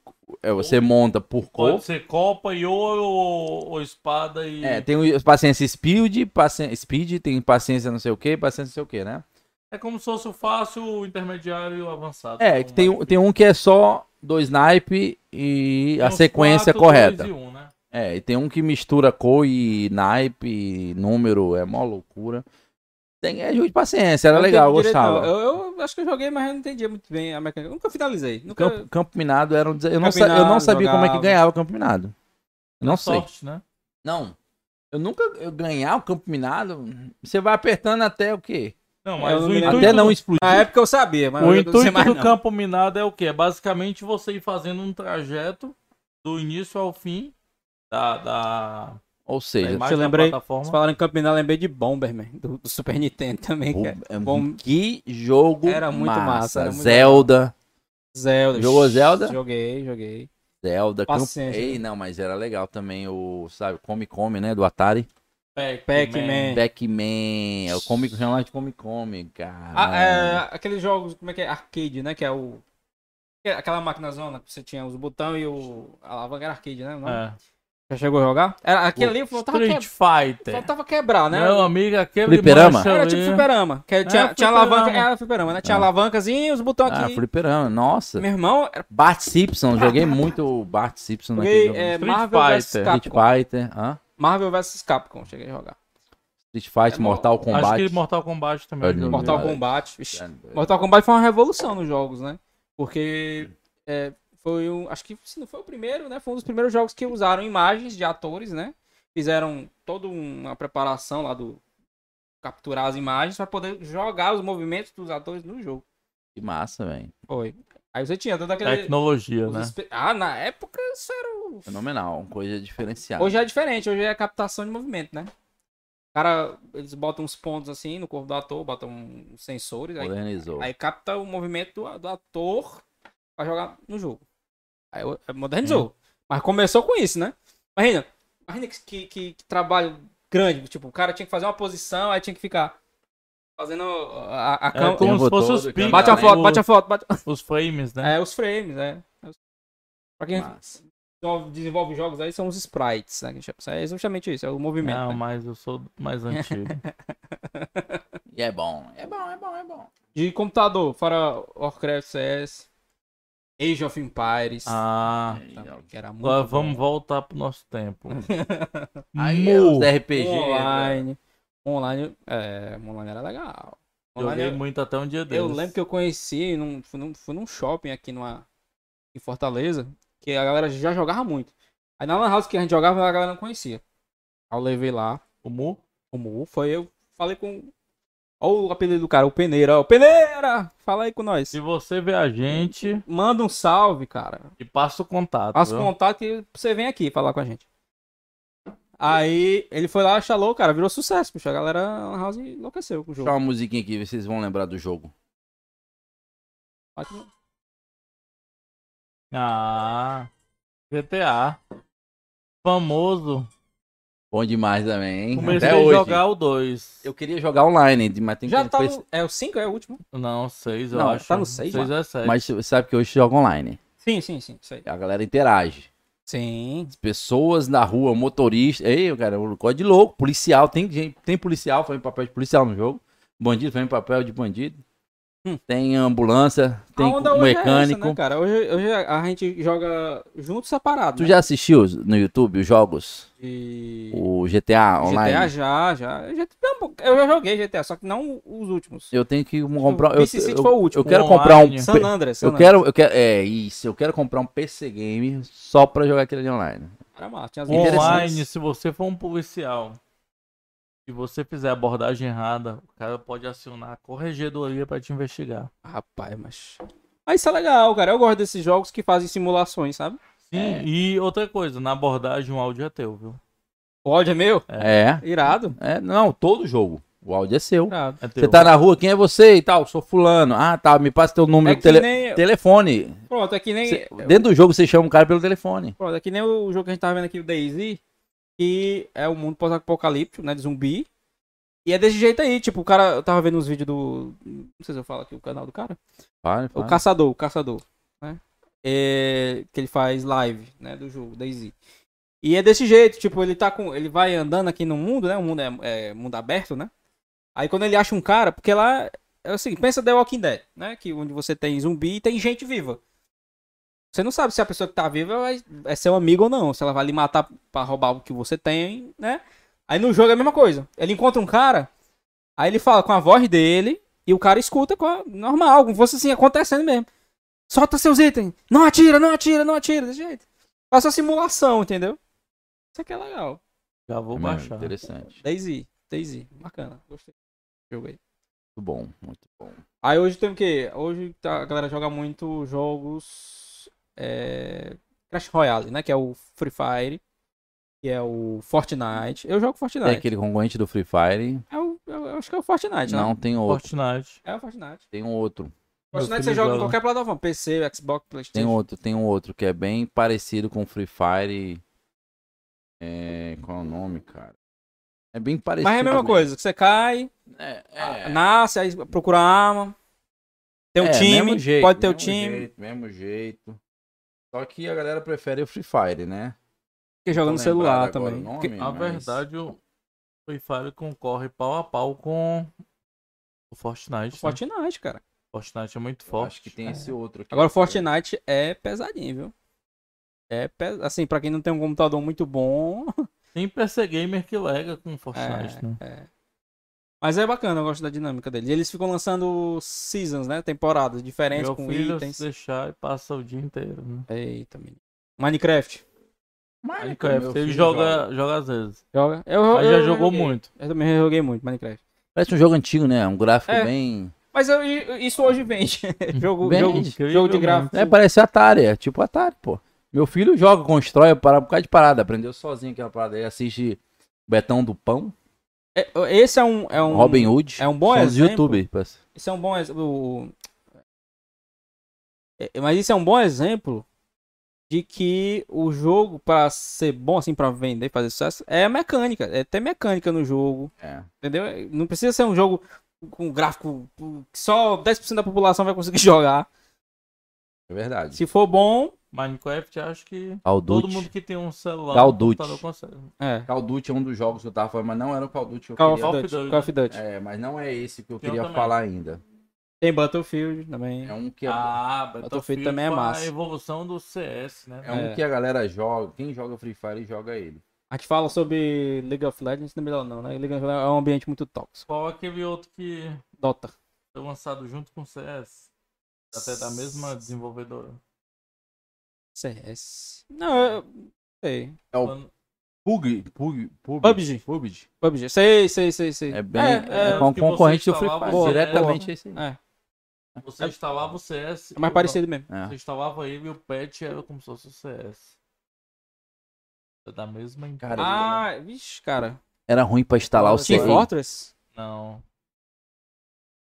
Speaker 2: É, você monta por cor.
Speaker 3: pode ser copa, e ou, ou, ou espada e.
Speaker 2: É, tem o- paciência speed, paci- speed, tem paciência não sei o que, paciência não sei o que, né?
Speaker 3: É como se fosse o fácil, o intermediário e o avançado. Então,
Speaker 2: É, que tem, um- tem um que é só dois naipes e a
Speaker 3: uns
Speaker 2: sequência
Speaker 3: quatro,
Speaker 2: correta.
Speaker 3: dois e um, né?
Speaker 2: É, e tem um que mistura cor e naipe, e número, é mó loucura. Tem, é jogo de paciência, era
Speaker 1: Eu não
Speaker 2: legal, eu
Speaker 1: entendi direito,
Speaker 2: gostava.
Speaker 1: não. Eu, eu acho que eu joguei, mas eu não entendia muito bem a mecânica. Eu Nunca finalizei. Nunca...
Speaker 2: Campo, campo Minado era um desa- eu não,
Speaker 1: Campo
Speaker 2: sa- eu não
Speaker 1: Minado,
Speaker 2: sabia como é que
Speaker 1: jogava.
Speaker 2: ganhava o Campo Minado. Eu não sei.
Speaker 3: Sorte, né?
Speaker 2: Não. Eu nunca eu ganhar o Campo Minado, você vai apertando até o quê?
Speaker 3: É, Não, mas
Speaker 1: Eu
Speaker 3: o
Speaker 1: não lembro.
Speaker 3: intuito,
Speaker 2: Até não
Speaker 3: do-
Speaker 2: explodir.
Speaker 1: Na época eu sabia, mas
Speaker 3: o
Speaker 1: hoje eu não sei
Speaker 3: intuito
Speaker 1: mais
Speaker 3: do
Speaker 1: não.
Speaker 3: campo minado é o quê? É basicamente você ir fazendo um trajeto do início ao fim da, da, da
Speaker 2: Ou seja,
Speaker 3: imagem da
Speaker 1: lembrei- Vocês
Speaker 3: plataforma.
Speaker 1: falaram em Campinas, eu lembrei de Bomberman, do, do Super Nintendo também, que é
Speaker 2: Pô,
Speaker 1: bom.
Speaker 2: Que jogo
Speaker 1: Era muito massa, era muito
Speaker 2: Zelda,
Speaker 1: Zelda.
Speaker 2: Jogou Zelda?
Speaker 1: Joguei, joguei.
Speaker 2: Zelda. Campo-
Speaker 1: Paciência.
Speaker 2: Ei, não, mas era legal também o, sabe, Come Come, né, do Atari.
Speaker 3: né?
Speaker 1: Pac-Man.
Speaker 2: Pac-Man, é o Come chama de Come Come, cara.
Speaker 1: Ah, é, aqueles jogos, como é que é? Arcade, né? Que é o. que é Aquela máquina zona que você tinha os botões e o. A alavanca era arcade, né? o nome?
Speaker 3: É.
Speaker 1: Já chegou a jogar? Era, aquele ali faltava, que...
Speaker 3: Street Fighter.
Speaker 1: faltava quebrar, né?
Speaker 3: Meu amigo, aquele
Speaker 2: Fliperama?
Speaker 3: mancha
Speaker 1: Era
Speaker 3: ali-
Speaker 1: tipo fliperama. Que tinha, tinha
Speaker 3: fliperama.
Speaker 1: alavanca. Era fliperama, né? Tinha
Speaker 2: Ah.
Speaker 1: alavancas e os botões
Speaker 2: Ah,
Speaker 1: aqui.
Speaker 2: fliperama, nossa.
Speaker 1: Meu irmão, era
Speaker 2: Bart Simpson, joguei muito o Bart Simpson
Speaker 1: joguei,
Speaker 2: naquele jogo.
Speaker 1: é,
Speaker 3: Street
Speaker 1: Marvel vs
Speaker 3: Fighter,
Speaker 2: Street
Speaker 1: Capcom.
Speaker 2: Fighter, hã?
Speaker 1: Marvel vs Capcom, cheguei a jogar.
Speaker 2: Street Fight,
Speaker 1: É,
Speaker 2: Mortal
Speaker 1: acho
Speaker 2: Kombat.
Speaker 3: Acho que Mortal Kombat também.
Speaker 2: Olha,
Speaker 3: joguei.
Speaker 1: Mortal
Speaker 2: Verdade.
Speaker 1: Kombat. Ixi,
Speaker 2: É.
Speaker 1: Mortal Kombat foi uma revolução nos jogos, né? Porque é, foi um. Acho que se não foi o primeiro, né? Foi um dos primeiros jogos que usaram imagens de atores, né? Fizeram toda uma preparação lá do. Capturar as imagens para poder jogar os movimentos dos atores no jogo.
Speaker 2: Que massa, velho.
Speaker 1: Foi. Aí você tinha todo aquele.
Speaker 3: Tecnologia,
Speaker 1: os
Speaker 3: né?
Speaker 1: espe- Ah, na época isso era. o-
Speaker 2: Fenomenal, coisa
Speaker 3: Tá.
Speaker 2: diferenciada.
Speaker 1: Hoje é diferente, hoje é a captação de movimento, né? O cara, eles botam uns pontos assim no corpo do ator, botam um, uns sensores, aí
Speaker 2: Modernizou.
Speaker 1: é Aí capta o movimento do, do ator pra jogar no jogo. Aí eu-
Speaker 3: Uhum.
Speaker 1: modernizou. Mas começou com isso, né? Imagina, imagina que, que, que- que trabalho grande. Tipo, o cara tinha que fazer uma posição, aí tinha que ficar fazendo a, a
Speaker 3: É
Speaker 1: câmera.
Speaker 3: como se
Speaker 2: Tempo
Speaker 3: fosse
Speaker 2: todo,
Speaker 3: os
Speaker 2: cara.
Speaker 3: picos,
Speaker 1: Bate a
Speaker 3: né?
Speaker 1: foto, bate a foto, bate
Speaker 3: Os- Os frames, né?
Speaker 1: É, os frames, é. Pra quem
Speaker 2: Massa.
Speaker 1: desenvolve- desenvolve jogos aí, são os sprites, né? que chama. Isso É exatamente isso, é o É. movimento.
Speaker 3: Não,
Speaker 1: né?
Speaker 3: mas eu sou mais antigo.
Speaker 2: E é bom, é bom, é bom, é bom.
Speaker 1: De computador, fora Warcraft CS, Age of Empires.
Speaker 3: ah,
Speaker 1: tá, que era muito
Speaker 3: agora
Speaker 1: bom.
Speaker 3: vamos voltar pro nosso tempo.
Speaker 2: Aí é
Speaker 3: Mu.
Speaker 2: os RPG. velho.
Speaker 1: online. Online, é, online era legal. Online,
Speaker 3: Joguei
Speaker 1: eu,
Speaker 3: muito até um dia
Speaker 1: eu
Speaker 3: desses.
Speaker 1: lembro que eu conheci, num, fui, num, fui num shopping aqui numa, em Fortaleza, que a galera já jogava muito. Aí na Lan House que a gente jogava, a galera não conhecia. Aí eu levei lá,
Speaker 3: O Mu?
Speaker 1: o Mu, um, foi eu, falei com. Olha o apelido do cara, o Peneira, ó, Peneira! Fala aí com nós.
Speaker 3: Se você vê a gente
Speaker 1: Manda um salve, cara.
Speaker 3: e passa o contato.
Speaker 1: Passa
Speaker 3: viu?
Speaker 1: o contato e você vem aqui falar com a gente. Aí ele foi lá, instalou, cara, virou sucesso, bicho. A galera Lan House enlouqueceu com o
Speaker 2: Deixa
Speaker 1: jogo.
Speaker 2: eu uma musiquinha aqui, vocês vão lembrar do jogo.
Speaker 1: Ótimo.
Speaker 3: Ah, GTA. Famoso.
Speaker 2: Bom demais também, hein?
Speaker 3: Comecei a jogar o 2.
Speaker 2: Eu queria jogar online, mas tem
Speaker 1: Já
Speaker 2: que...
Speaker 1: tá no... É o 5? É o último?
Speaker 3: Não, 6 eu
Speaker 2: Não,
Speaker 3: acho.
Speaker 1: tá no seis,
Speaker 3: 6 é 7.
Speaker 2: Mas você sabe que hoje joga online.
Speaker 1: Sim, sim, sim. Isso aí.
Speaker 2: A galera interage.
Speaker 1: Sim.
Speaker 2: Pessoas na rua, motorista. Ei, cara, o código de louco. Policial. Tem, gente, tem policial fazendo papel de policial no jogo. Bandido fazendo papel de bandido.
Speaker 1: Hum.
Speaker 2: Tem ambulância. Tem
Speaker 1: a onda
Speaker 2: um
Speaker 1: hoje é
Speaker 2: mecânico.
Speaker 1: essa, né, cara? Hoje, hoje a gente joga junto separado.
Speaker 2: Tu
Speaker 1: né?
Speaker 2: já assistiu os- no YouTube os jogos?
Speaker 1: E...
Speaker 2: O GTA online?
Speaker 1: GTA já, já. Eu já- não, eu já joguei GTA, só que não os últimos.
Speaker 2: Eu tenho que um comprar. Eu,
Speaker 1: Vice City
Speaker 2: eu,
Speaker 1: foi o último. né?
Speaker 2: eu quero
Speaker 3: o
Speaker 2: comprar um.
Speaker 3: online.
Speaker 1: San Andreas. San
Speaker 2: Eu quero, eu quero. É isso. Eu quero comprar um PC game só pra jogar aquele ali online.
Speaker 1: Andreas. Era massa, tinha as
Speaker 3: Online,
Speaker 1: interessantes.
Speaker 3: se você for um policial e você fizer abordagem errada, o cara pode acionar a corregedoria pra te investigar.
Speaker 1: Rapaz, mas. Mas isso é legal, cara. Eu gosto desses jogos que fazem simulações, sabe?
Speaker 3: Sim,
Speaker 2: É.
Speaker 3: e outra coisa, na abordagem o áudio é teu, viu?
Speaker 1: O ódio é meu?
Speaker 2: É.
Speaker 1: Irado.
Speaker 2: É, não, todo jogo. O áudio é seu.
Speaker 1: Irado.
Speaker 3: É
Speaker 2: Você
Speaker 3: teu.
Speaker 2: tá na rua, quem é você e tal? Sou fulano. Ah, tá. Me passa teu número
Speaker 1: É
Speaker 2: de
Speaker 1: que
Speaker 2: tele-
Speaker 1: nem.
Speaker 2: telefone.
Speaker 1: Pronto, é que nem.
Speaker 2: Cê- Dentro do jogo você chama o cara pelo telefone.
Speaker 1: Pronto, é que nem o jogo que a gente tava vendo aqui, o DayZ, que é um mundo pós-apocalíptico, né, de zumbi. E é desse jeito aí, tipo, o cara, eu tava vendo uns vídeos do, não sei se eu falo aqui o canal do cara,
Speaker 2: Fala,
Speaker 1: o
Speaker 2: fala.
Speaker 1: Caçador, o Caçador, né, É, que ele faz live, né, do jogo, DayZ. E é desse jeito, tipo, ele tá com, ele vai andando aqui no mundo, né, o mundo é, é mundo aberto, né, aí quando ele acha um cara, porque lá, é o seguinte, pensa The Walking Dead, né, que onde você tem zumbi e tem gente viva. Você não sabe se a pessoa que tá viva vai- é seu amigo ou não. Se ela vai lhe matar pra roubar o que você tem, né? Aí no jogo é a mesma coisa. Ele encontra um cara, aí ele fala com a voz dele, e o cara escuta com a... normal, como fosse assim, acontecendo mesmo. Solta seus itens! Não atira, não atira, não atira, desse jeito. Faz a simulação, entendeu? Isso aqui é legal.
Speaker 3: Já vou
Speaker 2: É mesmo,
Speaker 3: baixar.
Speaker 2: Interessante.
Speaker 1: Daisy, Daisy, bacana. Gostei. Jogo aí.
Speaker 2: Muito bom, muito bom.
Speaker 1: Aí hoje tem o quê? Hoje tá- a galera joga muito jogos. é, Crash Royale, né? Que é o Free Fire. Que é o Fortnite. Eu jogo Fortnite.
Speaker 2: Tem É aquele concorrente do Free Fire.
Speaker 1: É o, eu, eu acho que é o Fortnite, né?
Speaker 2: Não, tem outro.
Speaker 3: Fortnite.
Speaker 1: É o Fortnite.
Speaker 2: Tem um outro.
Speaker 3: Eu
Speaker 1: Fortnite
Speaker 3: fui
Speaker 1: você joga em
Speaker 3: jogar.
Speaker 1: qualquer plataforma. PC, Xbox,
Speaker 2: Tem
Speaker 1: Playstation.
Speaker 2: outro, tem um outro que é bem parecido com Free Fire. É, qual é o nome, cara? É bem parecido.
Speaker 1: Mas é a mesma coisa. Você cai,
Speaker 2: É,
Speaker 1: a-
Speaker 2: é.
Speaker 1: nasce, aí procura arma. Tem um
Speaker 2: É,
Speaker 1: time,
Speaker 2: mesmo jeito,
Speaker 1: pode ter o
Speaker 2: mesmo
Speaker 1: time.
Speaker 2: jeito, mesmo jeito. Só que a galera prefere o Free Fire, né?
Speaker 1: Que joga no
Speaker 2: Tô lembrado
Speaker 1: celular
Speaker 2: agora
Speaker 1: também.
Speaker 2: o nome,
Speaker 1: Porque-
Speaker 3: Na
Speaker 2: mas- é
Speaker 3: verdade, o Free Fire concorre pau a pau com o Fortnite. né?
Speaker 1: Fortnite, cara.
Speaker 3: Fortnite é muito
Speaker 2: Eu
Speaker 3: forte.
Speaker 2: Acho que tem esse outro aqui.
Speaker 1: Agora, o Fortnite é pesadinho, viu? É pes... Assim, pra quem não tem um computador muito bom.
Speaker 3: Tem PC Gamer que lega com o Fortnite, né?
Speaker 1: é, é. Mas é bacana, eu gosto da dinâmica deles. E eles ficam lançando seasons, né? Temporadas diferentes
Speaker 3: Meu
Speaker 1: com
Speaker 3: filho
Speaker 1: itens.
Speaker 3: se deixar e passa o dia inteiro, né?
Speaker 1: Eita, menino. Minecraft.
Speaker 3: Minecraft,
Speaker 2: É, meu
Speaker 3: ele
Speaker 2: filho
Speaker 3: joga, joga às vezes.
Speaker 1: Joga? Eu,
Speaker 3: Mas
Speaker 1: eu-
Speaker 3: já
Speaker 1: eu
Speaker 3: jogou
Speaker 1: joguei.
Speaker 3: muito.
Speaker 1: Eu também joguei muito Minecraft.
Speaker 2: Parece um jogo antigo, né? Um gráfico
Speaker 1: É.
Speaker 2: bem.
Speaker 1: Mas eu- isso hoje vende. jogo,
Speaker 2: Vende,
Speaker 1: jogo,
Speaker 3: incrível,
Speaker 1: jogo de
Speaker 3: mano.
Speaker 1: gráfico.
Speaker 2: É, parece Atari, é tipo Atari, pô. Meu filho joga, constrói para por causa de parada. Aprendeu sozinho aquela parada. Ele assiste Betão do Pão,
Speaker 1: É, Esse é um. É um
Speaker 2: Robin Hood.
Speaker 1: é um bom
Speaker 2: São os
Speaker 1: exemplo.
Speaker 2: YouTube, parece.
Speaker 1: Isso é um bom exemplo. Mas isso é um bom exemplo de que o jogo, pra ser bom, assim, pra vender, fazer sucesso, é a mecânica. É ter mecânica no jogo,
Speaker 2: É.
Speaker 1: entendeu? Não precisa ser um jogo com gráfico que só 10% da população vai conseguir jogar.
Speaker 2: É verdade.
Speaker 1: Se for bom,
Speaker 3: Minecraft, acho que
Speaker 2: Call of
Speaker 3: todo
Speaker 2: Duty.
Speaker 3: mundo que tem um celular
Speaker 2: Call
Speaker 3: ou
Speaker 2: of Duty.
Speaker 3: computador consegue.
Speaker 1: é.
Speaker 2: Call of Duty é um dos jogos que eu tava falando, mas não era o Call of Duty que eu
Speaker 1: Call of
Speaker 2: queria.
Speaker 3: Call of
Speaker 1: Duty.
Speaker 3: Duty.
Speaker 1: Call of Duty.
Speaker 2: É, mas não é esse que eu
Speaker 3: Tem um
Speaker 2: queria
Speaker 3: também.
Speaker 2: falar ainda.
Speaker 1: Tem Battlefield também.
Speaker 2: É um que é,
Speaker 3: Ah,
Speaker 1: Battlefield também é
Speaker 3: foi
Speaker 1: massa.
Speaker 3: A evolução do CS, né?
Speaker 2: é um
Speaker 1: é.
Speaker 2: que a galera joga. Quem joga Free Fire joga ele.
Speaker 1: A gente fala sobre League of Legends, não é melhor não, né? League of Legends é um ambiente muito tóxico.
Speaker 3: Qual aquele outro que
Speaker 1: Dota.
Speaker 3: foi lançado junto com o CS? Até da mesma desenvolvedora.
Speaker 1: CS. Não, eu... Sei.
Speaker 2: É o
Speaker 3: Quando-
Speaker 2: Pug, Pug, Pug,
Speaker 1: PUBG.
Speaker 2: PUBG.
Speaker 1: PUBG. Sei, sei, sei, sei.
Speaker 2: É bem.
Speaker 1: É,
Speaker 2: É,
Speaker 1: é,
Speaker 2: um
Speaker 3: que
Speaker 2: concorrente
Speaker 3: você
Speaker 2: do Free Fire.
Speaker 3: instalava
Speaker 1: o-
Speaker 2: Diretamente é esse aí.
Speaker 1: é.
Speaker 3: Você instalava o CS.
Speaker 1: É mais
Speaker 3: e-
Speaker 1: parecido mesmo.
Speaker 2: É.
Speaker 3: Você instalava ele e o patch era como se fosse o CS. É Da mesma empresa.
Speaker 2: Cara,
Speaker 1: Ah, vixe, cara.
Speaker 2: Era ruim pra instalar o
Speaker 3: Sim.
Speaker 1: Team
Speaker 2: CD.
Speaker 1: Fortress?
Speaker 3: Não.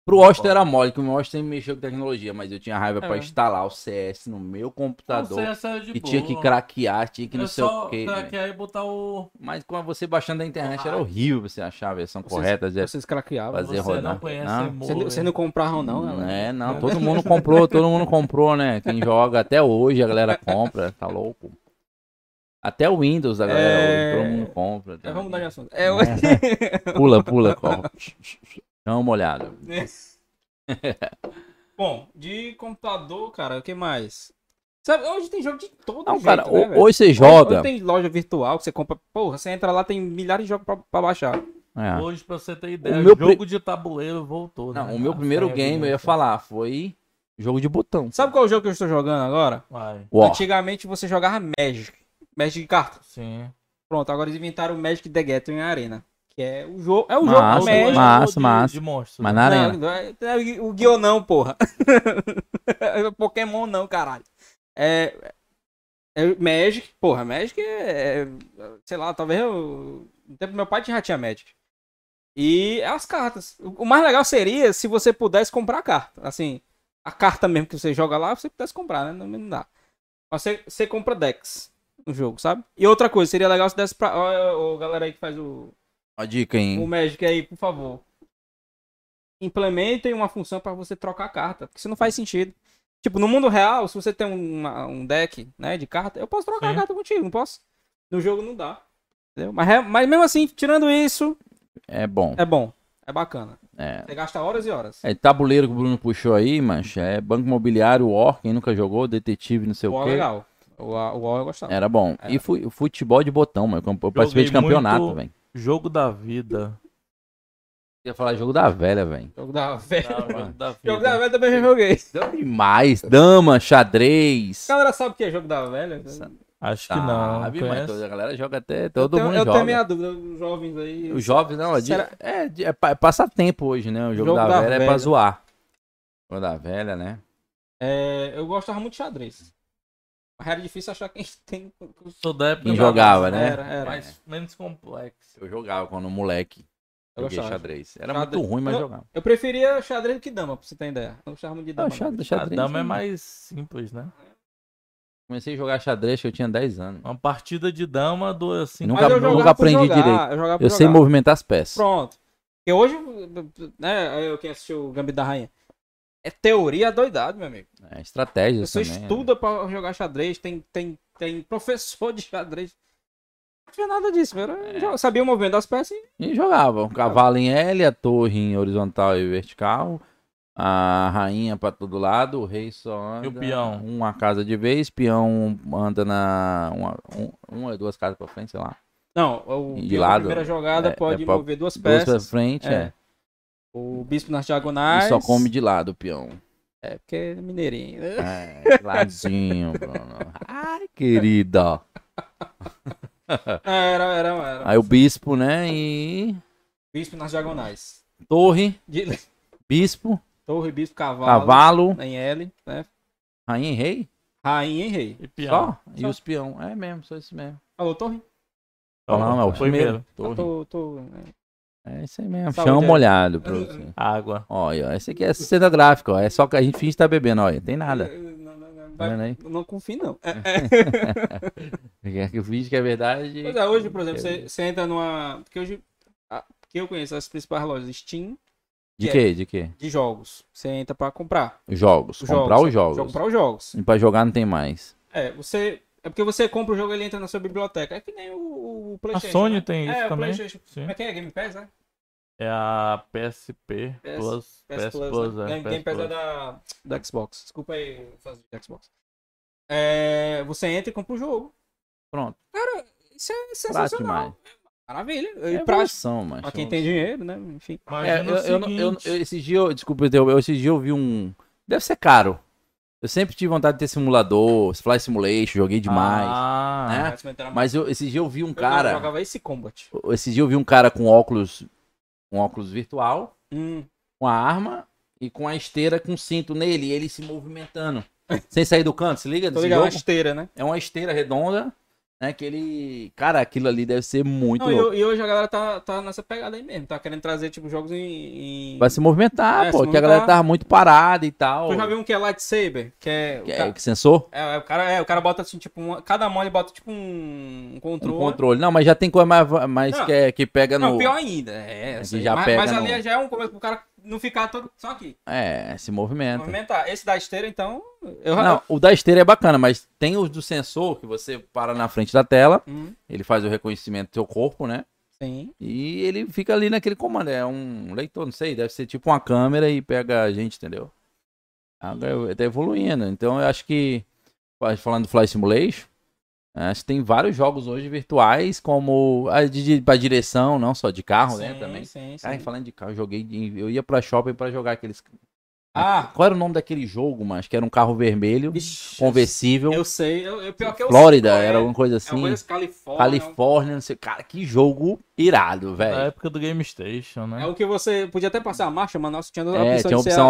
Speaker 2: Pro Austin era mole, que o meu Austin mexeu com tecnologia, mas eu tinha raiva pra
Speaker 1: Tá É.
Speaker 2: instalar o CS no meu computador.
Speaker 3: Não, CS era de
Speaker 2: que Tá tinha que
Speaker 3: boa.
Speaker 2: craquear, tinha que não
Speaker 3: Era
Speaker 2: sei
Speaker 3: só
Speaker 2: o quê.
Speaker 3: craquear e botar o.
Speaker 2: Mas com você baixando da internet
Speaker 3: Ah.
Speaker 2: era horrível você achar a versão
Speaker 1: Vocês-
Speaker 2: correta. já-
Speaker 1: Vocês craqueavam.
Speaker 2: Fazer
Speaker 3: você
Speaker 2: rodar.
Speaker 3: não conhece
Speaker 2: Não.
Speaker 1: Vocês não-
Speaker 3: Mover.
Speaker 1: Vocês não compravam, não,
Speaker 2: Não
Speaker 1: né?
Speaker 2: é, não. Todo mundo comprou, todo mundo comprou, né? Quem joga até hoje a galera compra, tá louco. Até o Windows a galera
Speaker 1: É.
Speaker 2: hoje, todo mundo compra.
Speaker 1: É,
Speaker 2: tá?
Speaker 1: vamos mudar de assunto. É, o-
Speaker 2: Pula, pula, corre. Dá uma olhada.
Speaker 1: Bom, de computador, cara, o que mais? Sabe, hoje tem jogo de todo
Speaker 2: Não,
Speaker 1: jeito,
Speaker 2: cara,
Speaker 1: né,
Speaker 2: ho-
Speaker 1: velho?
Speaker 2: hoje você
Speaker 1: Hoje
Speaker 2: joga.
Speaker 1: tem loja virtual que você compra. Porra, você entra lá, tem milhares de jogos pra, pra baixar.
Speaker 2: É.
Speaker 3: Hoje, pra você ter ideia,
Speaker 2: O
Speaker 3: o
Speaker 2: meu
Speaker 3: jogo de tabuleiro voltou.
Speaker 2: Não,
Speaker 3: né?
Speaker 2: o meu
Speaker 3: A
Speaker 2: primeiro
Speaker 3: febre,
Speaker 2: game,
Speaker 3: né?
Speaker 2: eu ia falar, foi jogo de botão.
Speaker 1: Sabe qual é o jogo que eu estou jogando agora?
Speaker 3: Vai,
Speaker 2: War.
Speaker 1: Antigamente você jogava Magic. Magic de carta.
Speaker 3: sim.
Speaker 1: Pronto, agora eles inventaram o Magic the Gathering Arena. Que é o jogo. É o jogo
Speaker 2: Massa,
Speaker 1: do Magic.
Speaker 2: massa,
Speaker 3: de, né?
Speaker 2: massa.
Speaker 3: De monstro.
Speaker 2: Mas na arena.
Speaker 1: né? Não, não é- é o Guion não, porra. Pokémon não, caralho. É, é Magic, porra, Magic é, é- Sei lá, talvez eu. No tempo do meu pai já tinha Magic. E é as cartas. O o mais legal seria se você pudesse comprar a carta. Assim, a carta mesmo que você joga lá, você pudesse comprar, né? Não, não dá. Mas você, você compra decks no jogo, sabe? E outra coisa, seria legal se desse pra. Ó, ó, ó, galera aí que faz o,
Speaker 2: Uma dica,
Speaker 1: o
Speaker 2: hein?
Speaker 1: Magic aí, por favor. Implementem uma função para você trocar a carta, porque isso não faz sentido. Tipo, no mundo real, se você tem uma- um deck né, de carta, eu posso trocar a
Speaker 3: Sim.
Speaker 1: carta contigo, não posso? No jogo não dá. Entendeu? Mas, é- mas mesmo assim, tirando isso,
Speaker 2: É bom.
Speaker 1: é bom. É bacana.
Speaker 2: É.
Speaker 1: Você gasta horas e horas.
Speaker 2: É, tabuleiro que o Bruno puxou aí, mancha. É Banco Imobiliário, War, quem nunca jogou, Detetive, não sei
Speaker 1: O
Speaker 2: o
Speaker 1: é
Speaker 2: quê. É.
Speaker 1: legal. O o UOL eu gostava.
Speaker 2: Era bom. E fu- futebol de botão, mano. Eu participei de
Speaker 3: Joguei
Speaker 2: campeonato,
Speaker 3: muito-
Speaker 2: velho.
Speaker 3: Jogo da vida.
Speaker 2: Ia falar jogo da velha, velho.
Speaker 1: Jogo da velha.
Speaker 3: Não, jogo da vida.
Speaker 1: Jogo da velha também já joguei.
Speaker 2: Demais. Dama, xadrez.
Speaker 1: A galera sabe o que é jogo da velha?
Speaker 3: Acho que não.
Speaker 2: Sabe, mas
Speaker 3: conhece?
Speaker 2: toda a galera joga até. Todo
Speaker 1: eu
Speaker 2: mundo
Speaker 1: tenho, eu tenho
Speaker 2: joga.
Speaker 1: minha dúvida, os jovens aí.
Speaker 2: Os jovens, não, é, de,
Speaker 1: Será-
Speaker 2: é, de- é pa- é passatempo hoje, né? O jogo, da, velha, é pra zoar. O jogo da velha, né?
Speaker 1: É, eu gostava muito de xadrez. Mas era difícil achar quem tem.
Speaker 3: Sou da época
Speaker 2: Quem
Speaker 3: da-
Speaker 2: jogava, né?
Speaker 1: Era, era.
Speaker 3: Mas menos complexo.
Speaker 2: Eu jogava quando moleque.
Speaker 1: Eu
Speaker 2: Joguei
Speaker 1: gostava.
Speaker 2: xadrez. Era
Speaker 1: Xadrez.
Speaker 2: muito ruim, mas
Speaker 1: Eu-
Speaker 2: jogava.
Speaker 1: Eu preferia xadrez do que dama, pra você ter ideia. Eu gostava muito de dama.
Speaker 2: Não,
Speaker 1: não.
Speaker 2: Ah, xadrez,
Speaker 3: A
Speaker 2: xadrez.
Speaker 3: dama é
Speaker 2: né?
Speaker 3: mais simples, né?
Speaker 2: Comecei a jogar xadrez que eu tinha 10 anos.
Speaker 3: Uma partida de dama dura assim.
Speaker 2: Nunca-
Speaker 1: Mas eu
Speaker 2: nunca
Speaker 1: jogava por
Speaker 2: aprendi
Speaker 1: jogar,
Speaker 2: direito.
Speaker 1: Eu, jogava por
Speaker 2: Eu sei
Speaker 1: jogar.
Speaker 2: movimentar as peças.
Speaker 1: Pronto. Porque hoje, né, eu quem assistiu o Gambito da Rainha. É teoria doidado, meu amigo.
Speaker 2: É,
Speaker 1: A
Speaker 2: estratégias
Speaker 1: pessoa
Speaker 2: também. né?
Speaker 1: estuda pra jogar xadrez, tem, tem, tem professor de xadrez. Não tinha nada disso, meu.
Speaker 2: É.
Speaker 1: Eu já sabia o movimento das peças e
Speaker 2: E jogava. O cavalo em L, a torre em horizontal e vertical, a rainha pra todo lado, o rei só anda.
Speaker 3: E o peão?
Speaker 2: Uma casa de vez, peão anda na. Uma, um- uma ou duas casas pra frente, sei lá.
Speaker 1: Não, o
Speaker 2: De
Speaker 1: peão na
Speaker 2: lado,
Speaker 1: primeira jogada
Speaker 2: é-
Speaker 1: pode
Speaker 2: é pra-
Speaker 1: mover duas
Speaker 2: Duas
Speaker 1: peças.
Speaker 2: pra frente,
Speaker 1: É.
Speaker 2: é.
Speaker 1: O bispo nas diagonais.
Speaker 2: E só come de lado o peão.
Speaker 1: É, porque é mineirinho. né?
Speaker 2: É, de ladinho, Bruno. Ai, querida.
Speaker 1: Ah, Era, era, era.
Speaker 2: Aí o bispo, né? E.
Speaker 1: Bispo nas diagonais.
Speaker 2: Torre,
Speaker 1: De-
Speaker 2: bispo,
Speaker 1: Torre, bispo, cavalo.
Speaker 2: cavalo,
Speaker 1: Em L, né?
Speaker 2: rainha e rei.
Speaker 1: Rainha e rei.
Speaker 3: E pior.
Speaker 2: Só? E os peão. É mesmo, só isso mesmo.
Speaker 1: Alô, torre?
Speaker 2: Não, não, é o primeiro.
Speaker 3: primeiro.
Speaker 2: Torre.
Speaker 1: Eu Tô, tô, né?
Speaker 2: É isso aí mesmo.
Speaker 1: Saúde
Speaker 2: Chão
Speaker 1: aí.
Speaker 2: molhado pra você.
Speaker 3: Água.
Speaker 2: Olha, esse aqui é cena gráfica, ó. É só que a gente finge que tá bebendo, olha. Tem nada.
Speaker 1: Eu- eu- é, Não, não, não,
Speaker 2: Tá
Speaker 1: vai-
Speaker 2: vendo aí?
Speaker 1: não confio, não. É,
Speaker 2: É que finge que é verdade.
Speaker 1: pois é, hoje, por exemplo, você, você entra numa. Porque hoje. a- que eu conheço as principais lojas Steam
Speaker 2: De quê? De quê?
Speaker 1: de jogos. Você entra pra comprar.
Speaker 2: Jogos.
Speaker 1: Os
Speaker 2: Comprar os
Speaker 1: Pra
Speaker 2: jogos.
Speaker 1: comprar os jogos.
Speaker 2: E pra jogar não tem mais.
Speaker 1: É, você. É porque você compra o jogo e ele entra na sua biblioteca. É que nem o- o, o
Speaker 3: A
Speaker 1: PlayStation.
Speaker 3: Sony
Speaker 1: né?
Speaker 3: tem isso
Speaker 1: é, o
Speaker 3: também.
Speaker 1: PlayStation.
Speaker 3: Sim.
Speaker 1: Como é que é? Game Pass, né?
Speaker 3: É a PSP
Speaker 1: PS
Speaker 3: Plus. PS Plus,
Speaker 1: né?
Speaker 3: é.
Speaker 1: Game, Game
Speaker 3: PS
Speaker 1: Pass é
Speaker 3: Plus.
Speaker 1: da, da Xbox. Desculpa aí, fãs de Xbox. É, você entra e compra o jogo.
Speaker 2: Pronto.
Speaker 1: Isso é
Speaker 2: Prático
Speaker 1: sensacional.
Speaker 2: demais.
Speaker 1: Maravilha.
Speaker 2: É
Speaker 1: E prático.
Speaker 2: evolução, mano.
Speaker 1: Pra quem tem dinheiro, né? Enfim.
Speaker 2: É,
Speaker 3: Imagina
Speaker 2: eu,
Speaker 3: o
Speaker 2: eu, não- eu,
Speaker 3: seguinte.
Speaker 2: eu, esse dia, eu, desculpa, eu, eu, esse dia eu vi um. Deve ser caro. Eu sempre tive vontade de ter simulador, Fly Simulation, joguei demais.
Speaker 3: Ah,
Speaker 2: né?
Speaker 1: Mas, entrar-
Speaker 2: Mas eu, esse dia eu vi um
Speaker 1: eu
Speaker 2: cara.
Speaker 1: jogava esse combat.
Speaker 2: Esse dia eu vi um cara com óculos. Um óculos virtual.
Speaker 1: Hum,
Speaker 2: com a arma e com a esteira com cinto nele, e ele se movimentando. sem sair do canto, se liga?
Speaker 1: tô
Speaker 2: desse
Speaker 1: ligado, uma
Speaker 2: jogo?
Speaker 1: esteira, né?
Speaker 2: É uma esteira redonda Né? Aquele. Cara, aquilo ali deve ser muito
Speaker 1: Não, e,
Speaker 2: louco.
Speaker 1: ho- e hoje a galera tá, tá nessa pegada aí mesmo. Tá querendo trazer, tipo, jogos em. em-
Speaker 2: Vai se movimentar,
Speaker 1: É,
Speaker 2: pô.
Speaker 1: se
Speaker 2: Porque
Speaker 1: movimentar.
Speaker 2: a galera tava muito parada e tal.
Speaker 1: Eu já vi um que é lightsaber, que é. o
Speaker 2: Que,
Speaker 1: ca-
Speaker 2: é, que sensor?
Speaker 1: É, é, o cara, é, o cara bota assim, tipo, uma- cada mão ele bota tipo um, um
Speaker 2: Um
Speaker 1: controle.
Speaker 2: controle. Não, mas já tem coisa mais, mais
Speaker 1: Não.
Speaker 2: que, é- que pega no.
Speaker 1: Não, pior ainda. É,
Speaker 2: Aqui
Speaker 1: essa aí.
Speaker 2: já
Speaker 1: mas,
Speaker 2: pega
Speaker 1: mas
Speaker 2: no-
Speaker 1: ali já é um começo pro cara não ficar todo. Só aqui.
Speaker 2: É, se movimenta.
Speaker 1: Movimentar. Esse da esteira, então. Eu
Speaker 2: Não, o da esteira é bacana, mas tem os do sensor que você para na frente da tela,
Speaker 1: Hum,
Speaker 2: ele faz o reconhecimento do teu corpo, né?
Speaker 1: sim.
Speaker 2: E ele fica ali naquele comando. É um leitor, não sei, deve ser tipo uma câmera e pega a gente, entendeu?
Speaker 1: Hum.
Speaker 2: Agora tá evoluindo. Então eu acho que, falando do Fly Simulation, acho que tem vários jogos hoje virtuais, como a de, de, pra direção, não só de carro, né?
Speaker 1: Sim,
Speaker 2: Também.
Speaker 1: sim, sim.
Speaker 2: Cara, falando de carro, eu joguei. de- Eu ia pra shopping pra jogar aqueles.
Speaker 1: Ah,
Speaker 2: Qual era o nome daquele jogo, mas que era um carro vermelho,
Speaker 1: vixi,
Speaker 2: conversível.
Speaker 1: Eu sei, eu, eu, pior que eu
Speaker 2: Flórida,
Speaker 1: sei qual é.
Speaker 2: era alguma coisa
Speaker 1: É uma
Speaker 2: assim.
Speaker 1: coisa Califórnia.
Speaker 2: Califórnia, não sei. Cara, que jogo irado,
Speaker 3: Na
Speaker 2: velho.
Speaker 3: época do Game Station,
Speaker 1: É
Speaker 3: né?
Speaker 1: o que você podia até passar a marcha, mas nossa, tinha a
Speaker 2: É,
Speaker 1: opção
Speaker 2: tinha
Speaker 1: de ser
Speaker 2: opção
Speaker 1: a-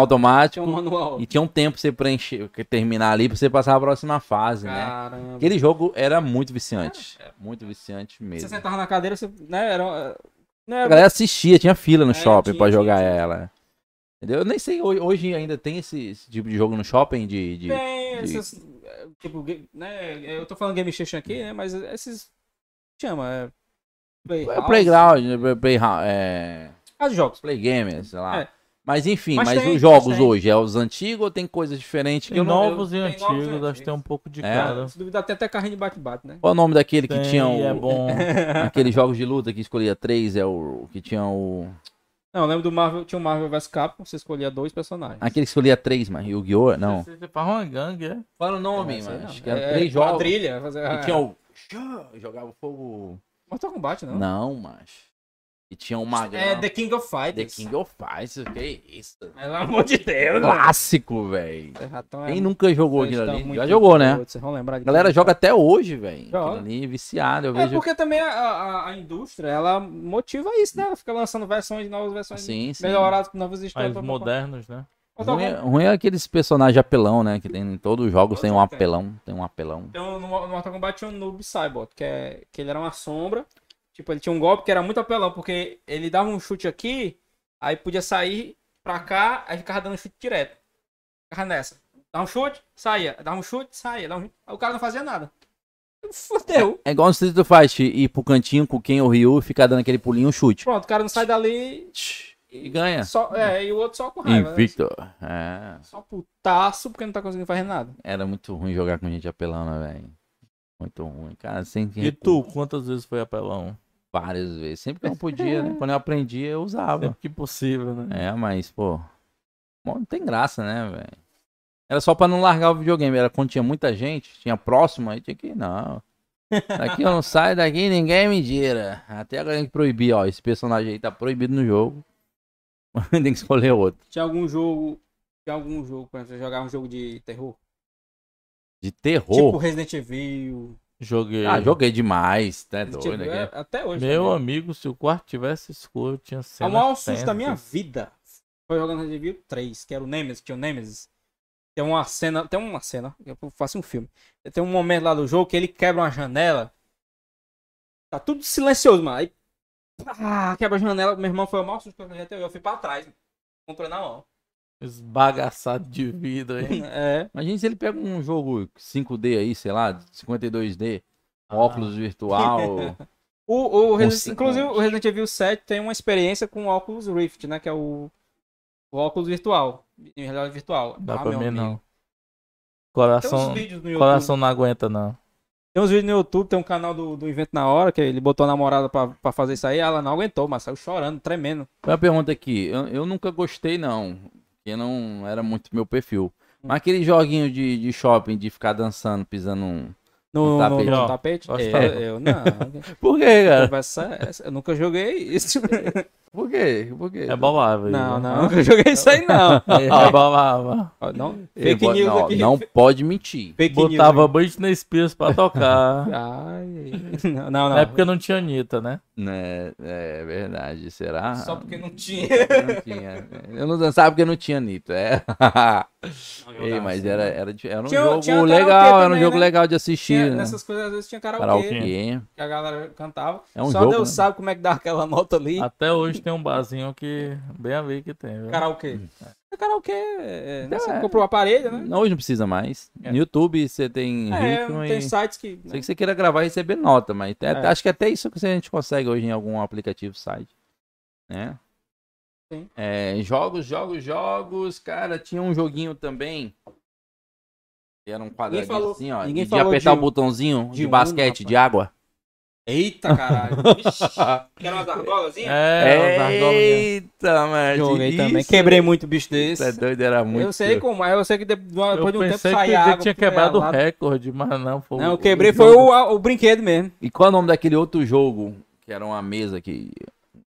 Speaker 1: tinha
Speaker 2: automática
Speaker 1: um manual.
Speaker 2: e tinha um tempo pra você preencher, que terminar ali pra você passar a próxima fase, né?
Speaker 1: Caramba.
Speaker 2: Aquele jogo era muito viciante.
Speaker 1: é.
Speaker 2: Muito viciante
Speaker 1: Você
Speaker 2: mesmo.
Speaker 1: sentava na cadeira, você. Né, era. Não
Speaker 2: A
Speaker 1: era
Speaker 2: galera assistia, tinha fila no
Speaker 1: É,
Speaker 2: shopping
Speaker 1: tinha,
Speaker 2: pra
Speaker 1: tinha,
Speaker 2: jogar
Speaker 1: tinha.
Speaker 2: ela. Entendeu? Eu nem sei, ho- hoje ainda tem esse, esse tipo de jogo no shopping de. de-
Speaker 1: Tem
Speaker 2: de-
Speaker 1: esses. é, Tipo, ga- né? Eu tô falando Game Station aqui, né? Mas esses. Chama, é.
Speaker 2: É
Speaker 1: Playhouse.
Speaker 2: playground, né? play, é,
Speaker 1: Ah, de jogos.
Speaker 2: play gamer, sei lá.
Speaker 1: É.
Speaker 2: Mas enfim, mas,
Speaker 1: Mas tem,
Speaker 2: os jogos
Speaker 1: mas tem.
Speaker 2: hoje, é os antigos ou tem coisas diferentes que
Speaker 3: Tem
Speaker 2: eu não.
Speaker 3: novos e
Speaker 1: tem novos e
Speaker 3: antigos, acho
Speaker 1: antigos.
Speaker 3: que tem um pouco de
Speaker 2: É.
Speaker 3: cada.
Speaker 1: Se duvidar, tem até carrinho de bate-bate, né?
Speaker 2: Qual é o nome daquele que
Speaker 3: Tem,
Speaker 2: tinha o...
Speaker 3: é bom.
Speaker 2: Aqueles jogos de luta que escolhia três, é o o que tinha o...
Speaker 1: Não, eu lembro do Marvel. Tinha o Marvel vs Capcom, você escolhia dois personagens.
Speaker 2: Aquele que escolhia três, mas Yu-Gi-Oh! Não.
Speaker 3: Você, você faz uma gangue, é?
Speaker 2: Qual era o nome,
Speaker 1: Não sei
Speaker 2: mano?
Speaker 1: não.
Speaker 2: Acho que eram
Speaker 1: É,
Speaker 2: três jogos.
Speaker 1: Quadrilha, fazer. ah,
Speaker 2: Que tinha um o... Jogava fogo...
Speaker 1: Mortal Kombat, não?
Speaker 2: Não, mas... E tinha o Magrão.
Speaker 1: É The King of
Speaker 2: The
Speaker 1: Fighters.
Speaker 2: King of Fighters, que é isso?
Speaker 1: Pelo amor de Deus,
Speaker 2: Clássico, velho.
Speaker 1: velho. Ratão é
Speaker 2: Quem
Speaker 1: muito-
Speaker 2: nunca jogou
Speaker 1: vocês
Speaker 2: aquilo
Speaker 1: estão
Speaker 2: ali?
Speaker 1: muito
Speaker 2: Já jogou, né?
Speaker 1: doidos, Vocês vão lembrar
Speaker 2: A
Speaker 1: de
Speaker 2: galera
Speaker 1: King
Speaker 2: joga até hoje, velho. Aquilo
Speaker 1: Joga.
Speaker 2: ali, viciado. Eu
Speaker 1: É
Speaker 2: vejo...
Speaker 1: porque também a, a, a indústria, ela motiva isso, né? Ela fica lançando versões, novas versões,
Speaker 2: Sim, sim.
Speaker 1: melhoradas com novas histórias.
Speaker 3: Mais
Speaker 1: blá, blá, blá.
Speaker 3: modernos, né?
Speaker 1: Mortal
Speaker 2: Ruim, é-
Speaker 1: Kombat-
Speaker 2: ruim é aqueles personagens apelão, né? Que tem em todos os jogos, tem um
Speaker 1: Todos tem.
Speaker 2: apelão, tem um apelão.
Speaker 1: Tem um- no Mortal Kombat tinha um noob cyborg, que, é, que ele era uma sombra. Tipo, ele tinha um golpe que era muito apelão, porque ele dava um chute aqui, aí podia sair pra cá, aí ficava dando chute direto. Ficava nessa. Dá um chute, saía. Dá um chute, saía. Dá um chute. Aí o cara não fazia nada. Fudeu.
Speaker 2: É igual no Street Fight, ir pro cantinho com quem é o Ryu e ficar dando aquele pulinho, um chute.
Speaker 1: Pronto, o cara não sai dali
Speaker 2: Tch, E ganha.
Speaker 1: só, é, e o outro só com raiva. né?
Speaker 2: Invicto. É,
Speaker 1: Só putaço porque não tá conseguindo fazer nada.
Speaker 2: era muito ruim jogar com gente apelão, né, velho? Muito ruim, cara. Sem que
Speaker 3: E tu, quantas vezes foi apelão?
Speaker 2: Várias vezes. Sempre que eu não podia, né? Quando eu aprendi, eu usava.
Speaker 3: Sempre que possível, né?
Speaker 2: É, mas, pô. bom, Não tem graça, né, velho? Era só pra não largar o videogame. Era quando tinha muita gente, tinha próximo, aí tinha que. Não. Daqui eu não saio daqui, ninguém me tira. Até agora tem que proibir, ó. Esse personagem aí tá proibido no jogo. tem que escolher outro.
Speaker 1: Tinha algum jogo. Tinha algum jogo, por exemplo, você jogava um jogo de terror?
Speaker 2: De
Speaker 1: Tipo
Speaker 2: terror.
Speaker 1: Resident Evil.
Speaker 3: É, Joguei.
Speaker 2: Ah, joguei demais. Tá
Speaker 1: Resident
Speaker 2: doido
Speaker 1: Evil é-
Speaker 2: aqui.
Speaker 1: até hoje.
Speaker 3: Meu
Speaker 1: também.
Speaker 3: amigo, se o quarto tivesse escuro, tinha
Speaker 1: É
Speaker 3: cena.
Speaker 1: o maior susto da minha vida. Foi jogando Resident Evil 3, que era o Nemesis, tinha o Nemesis. Tem uma cena, tem uma cena, eu faço um filme. Tem um momento lá do jogo que ele quebra uma janela. Tá tudo silencioso, mano. Aí pá, quebra a janela. Meu irmão foi o maior susto que eu já teve. Eu fui pra trás, controle na mão.
Speaker 3: Esbagaçado de vidro, hein?
Speaker 1: É.
Speaker 2: Imagina se ele pega um jogo 5D aí, sei lá, 52D,
Speaker 1: Ah.
Speaker 2: óculos virtual.
Speaker 1: O, o Resi-
Speaker 2: cinco
Speaker 1: inclusive,
Speaker 2: anos.
Speaker 3: é.
Speaker 1: o Resident Evil 7 tem uma experiência com o Oculus Rift, né? Que é o, o óculos virtual. Em realidade virtual.
Speaker 3: Dá
Speaker 1: Ah,
Speaker 3: pra
Speaker 1: meu
Speaker 3: mim,
Speaker 1: amigo.
Speaker 3: não.
Speaker 1: Tem
Speaker 3: Coração,
Speaker 1: uns vídeos no YouTube.
Speaker 3: coração não aguenta, não.
Speaker 1: Tem uns vídeos no YouTube, tem um canal do, do Invento na Hora, que ele botou a namorada pra, pra fazer isso aí, ela não aguentou, mas saiu chorando, tremendo.
Speaker 2: Uma pergunta aqui. Eu, eu nunca gostei, não. Porque não era muito meu perfil. Mas aquele joguinho de, de shopping, de ficar dançando, pisando um.
Speaker 1: No, no,
Speaker 2: No tapete.
Speaker 1: no
Speaker 3: Ó,
Speaker 1: tapete?
Speaker 3: gostava.
Speaker 1: Eu, eu não.
Speaker 2: Por quê, cara?
Speaker 1: Conversa essa, eu nunca joguei isso.
Speaker 2: Por quê? Por quê?
Speaker 3: É babável.
Speaker 1: Não, não, nunca joguei isso aí não.
Speaker 3: É babável.
Speaker 1: Ó, não
Speaker 2: Ele
Speaker 1: fake
Speaker 2: bo-
Speaker 1: news
Speaker 2: não,
Speaker 1: aqui.
Speaker 2: não pode mentir.
Speaker 1: fake news
Speaker 3: Botava
Speaker 1: aqui.
Speaker 3: Britney Spears pra tocar.
Speaker 1: Ai, não, não.
Speaker 3: Na época não tinha Anitta, né?
Speaker 2: Né, É, verdade, será?
Speaker 1: Só porque não tinha.
Speaker 2: Não tinha. Eu não dançava porque não tinha Nito. É. Ei, mas era, era, de- era um
Speaker 1: né? Tinha-
Speaker 2: jogo
Speaker 1: tinha karaokê
Speaker 2: legal, era um
Speaker 1: também,
Speaker 2: jogo
Speaker 1: né?
Speaker 2: legal de assistir.
Speaker 1: Tinha- né?
Speaker 2: né?
Speaker 1: Nessas coisas às vezes tinha karaokê,
Speaker 2: Karaokê.
Speaker 1: que a galera cantava.
Speaker 2: É um
Speaker 1: Só
Speaker 2: jogo,
Speaker 1: Deus
Speaker 2: né?
Speaker 1: sabe como é que dá aquela nota ali.
Speaker 3: Até hoje tem um barzinho que bem a ver que tem. Viu?
Speaker 1: Karaokê. É karaokê, é, né?
Speaker 2: Então,
Speaker 1: você
Speaker 2: é.
Speaker 1: comprou o aparelho, né?
Speaker 2: Não, hoje não precisa mais.
Speaker 3: É.
Speaker 2: No YouTube você tem
Speaker 1: É,
Speaker 2: Um ritmo
Speaker 1: tem
Speaker 2: e.
Speaker 1: sites que. né?
Speaker 2: Sei que você queira gravar e receber nota, mas até-
Speaker 1: É.
Speaker 2: acho que até isso que a gente consegue hoje em algum aplicativo site. Né?
Speaker 1: Sim.
Speaker 2: É, jogos, jogos, jogos. Cara, tinha um joguinho também. que Era um quadradinho
Speaker 1: falou-
Speaker 2: assim, ó.
Speaker 1: ninguém
Speaker 2: e de
Speaker 1: falou
Speaker 2: apertar
Speaker 1: de
Speaker 2: o botãozinho
Speaker 1: de
Speaker 2: de,
Speaker 1: Uno,
Speaker 2: basquete, de água.
Speaker 1: Eita caralho. Ixi, Quer umas argolazinhas?
Speaker 3: É, as argolinhas.
Speaker 2: Eita, mas.
Speaker 1: Joguei
Speaker 2: isso-
Speaker 1: também. Quebrei muito bicho desse.
Speaker 2: Isso é doido, era muito.
Speaker 1: Eu sei como é, eu sei que de- depois
Speaker 3: Eu
Speaker 1: de um tempo
Speaker 3: pensei que
Speaker 1: saía
Speaker 3: eu
Speaker 1: água.
Speaker 3: tinha
Speaker 1: porque era
Speaker 3: quebrado o
Speaker 1: lá-
Speaker 3: recorde, mas não foi.
Speaker 1: Não, eu quebrei foi o, a- o brinquedo mesmo.
Speaker 2: E qual é o nome daquele outro jogo? Que era uma mesa que.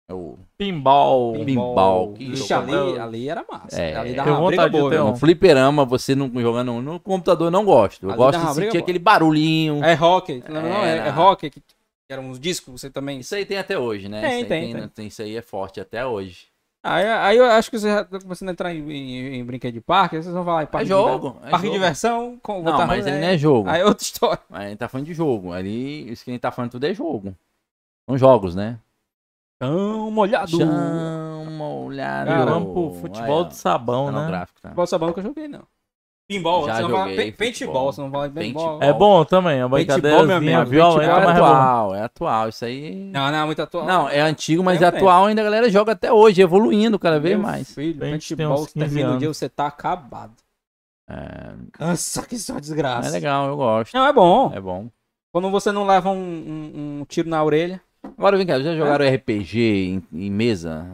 Speaker 2: É o.
Speaker 3: Pinball.
Speaker 2: Pinball. Que
Speaker 1: Ixi,
Speaker 2: jogo.
Speaker 1: ali, ali era massa.
Speaker 2: É.
Speaker 1: ali dava
Speaker 3: Tenho
Speaker 1: uma briga
Speaker 3: vontade de
Speaker 1: boa.
Speaker 3: ter
Speaker 1: viu?
Speaker 2: No fliperama, você não jogando no- no computador, eu não gosto. Eu
Speaker 1: Ali
Speaker 2: gosto
Speaker 1: dá
Speaker 2: de
Speaker 1: uma briga
Speaker 2: sentir
Speaker 1: boa.
Speaker 2: aquele barulhinho.
Speaker 1: É rock, não, não, é,
Speaker 2: um. Era.
Speaker 1: é rock, que, que eram uns discos, você também.
Speaker 2: Isso aí tem até hoje, né?
Speaker 1: Tem,
Speaker 2: isso, aí
Speaker 1: tem, tem.
Speaker 2: Isso aí é forte até hoje.
Speaker 1: Ah, Aí, aí eu acho que você já tá começando a entrar em, em- em brinquedo de parque, aí vocês vão falar em parque
Speaker 2: é jogo.
Speaker 1: de
Speaker 2: é
Speaker 1: diversão. Parque de
Speaker 2: jogo.
Speaker 1: diversão, com,
Speaker 2: Não, mas ele não é jogo.
Speaker 1: Aí é outra história.
Speaker 2: Mas a gente tá falando de jogo. Ali, isso que a gente tá falando tudo é jogo. São jogos, né?
Speaker 1: Chão molhado.
Speaker 2: Chama, olhada.
Speaker 1: Cara,
Speaker 3: Vamos pro futebol de sabão, né?
Speaker 2: Gráfico, tá?
Speaker 1: Futebol sabão que eu joguei, não. Pinball,
Speaker 2: Já
Speaker 1: você não fala
Speaker 2: joguei
Speaker 1: pe- paintball,
Speaker 2: futebol.
Speaker 1: você não fala paintball.
Speaker 2: Paintball.
Speaker 3: É bom também, é uma
Speaker 1: Paintball, meu
Speaker 3: brincadeirazinha
Speaker 1: amigo, paintball
Speaker 3: violenta,
Speaker 2: É
Speaker 3: mas é bom.
Speaker 2: atual, é atual. Isso aí.
Speaker 1: Não, não, muito atual.
Speaker 2: Não, é antigo, mas
Speaker 1: Eu
Speaker 2: é
Speaker 1: tenho.
Speaker 2: atual ainda a galera joga até hoje, evoluindo cada vez
Speaker 1: Meu
Speaker 2: mais.
Speaker 1: Filho,
Speaker 3: Tem-
Speaker 1: paintball,
Speaker 3: tem uns
Speaker 1: você termina
Speaker 3: 15
Speaker 1: o dia, você tá acabado.
Speaker 2: É,
Speaker 1: Cansa que só
Speaker 2: é
Speaker 1: desgraça.
Speaker 2: legal, eu gosto.
Speaker 1: Não, é bom.
Speaker 2: É bom.
Speaker 1: Quando você não leva um, um- um tiro na orelha.
Speaker 2: Agora vem cá, já
Speaker 1: É.
Speaker 2: jogaram RPG em, em mesa?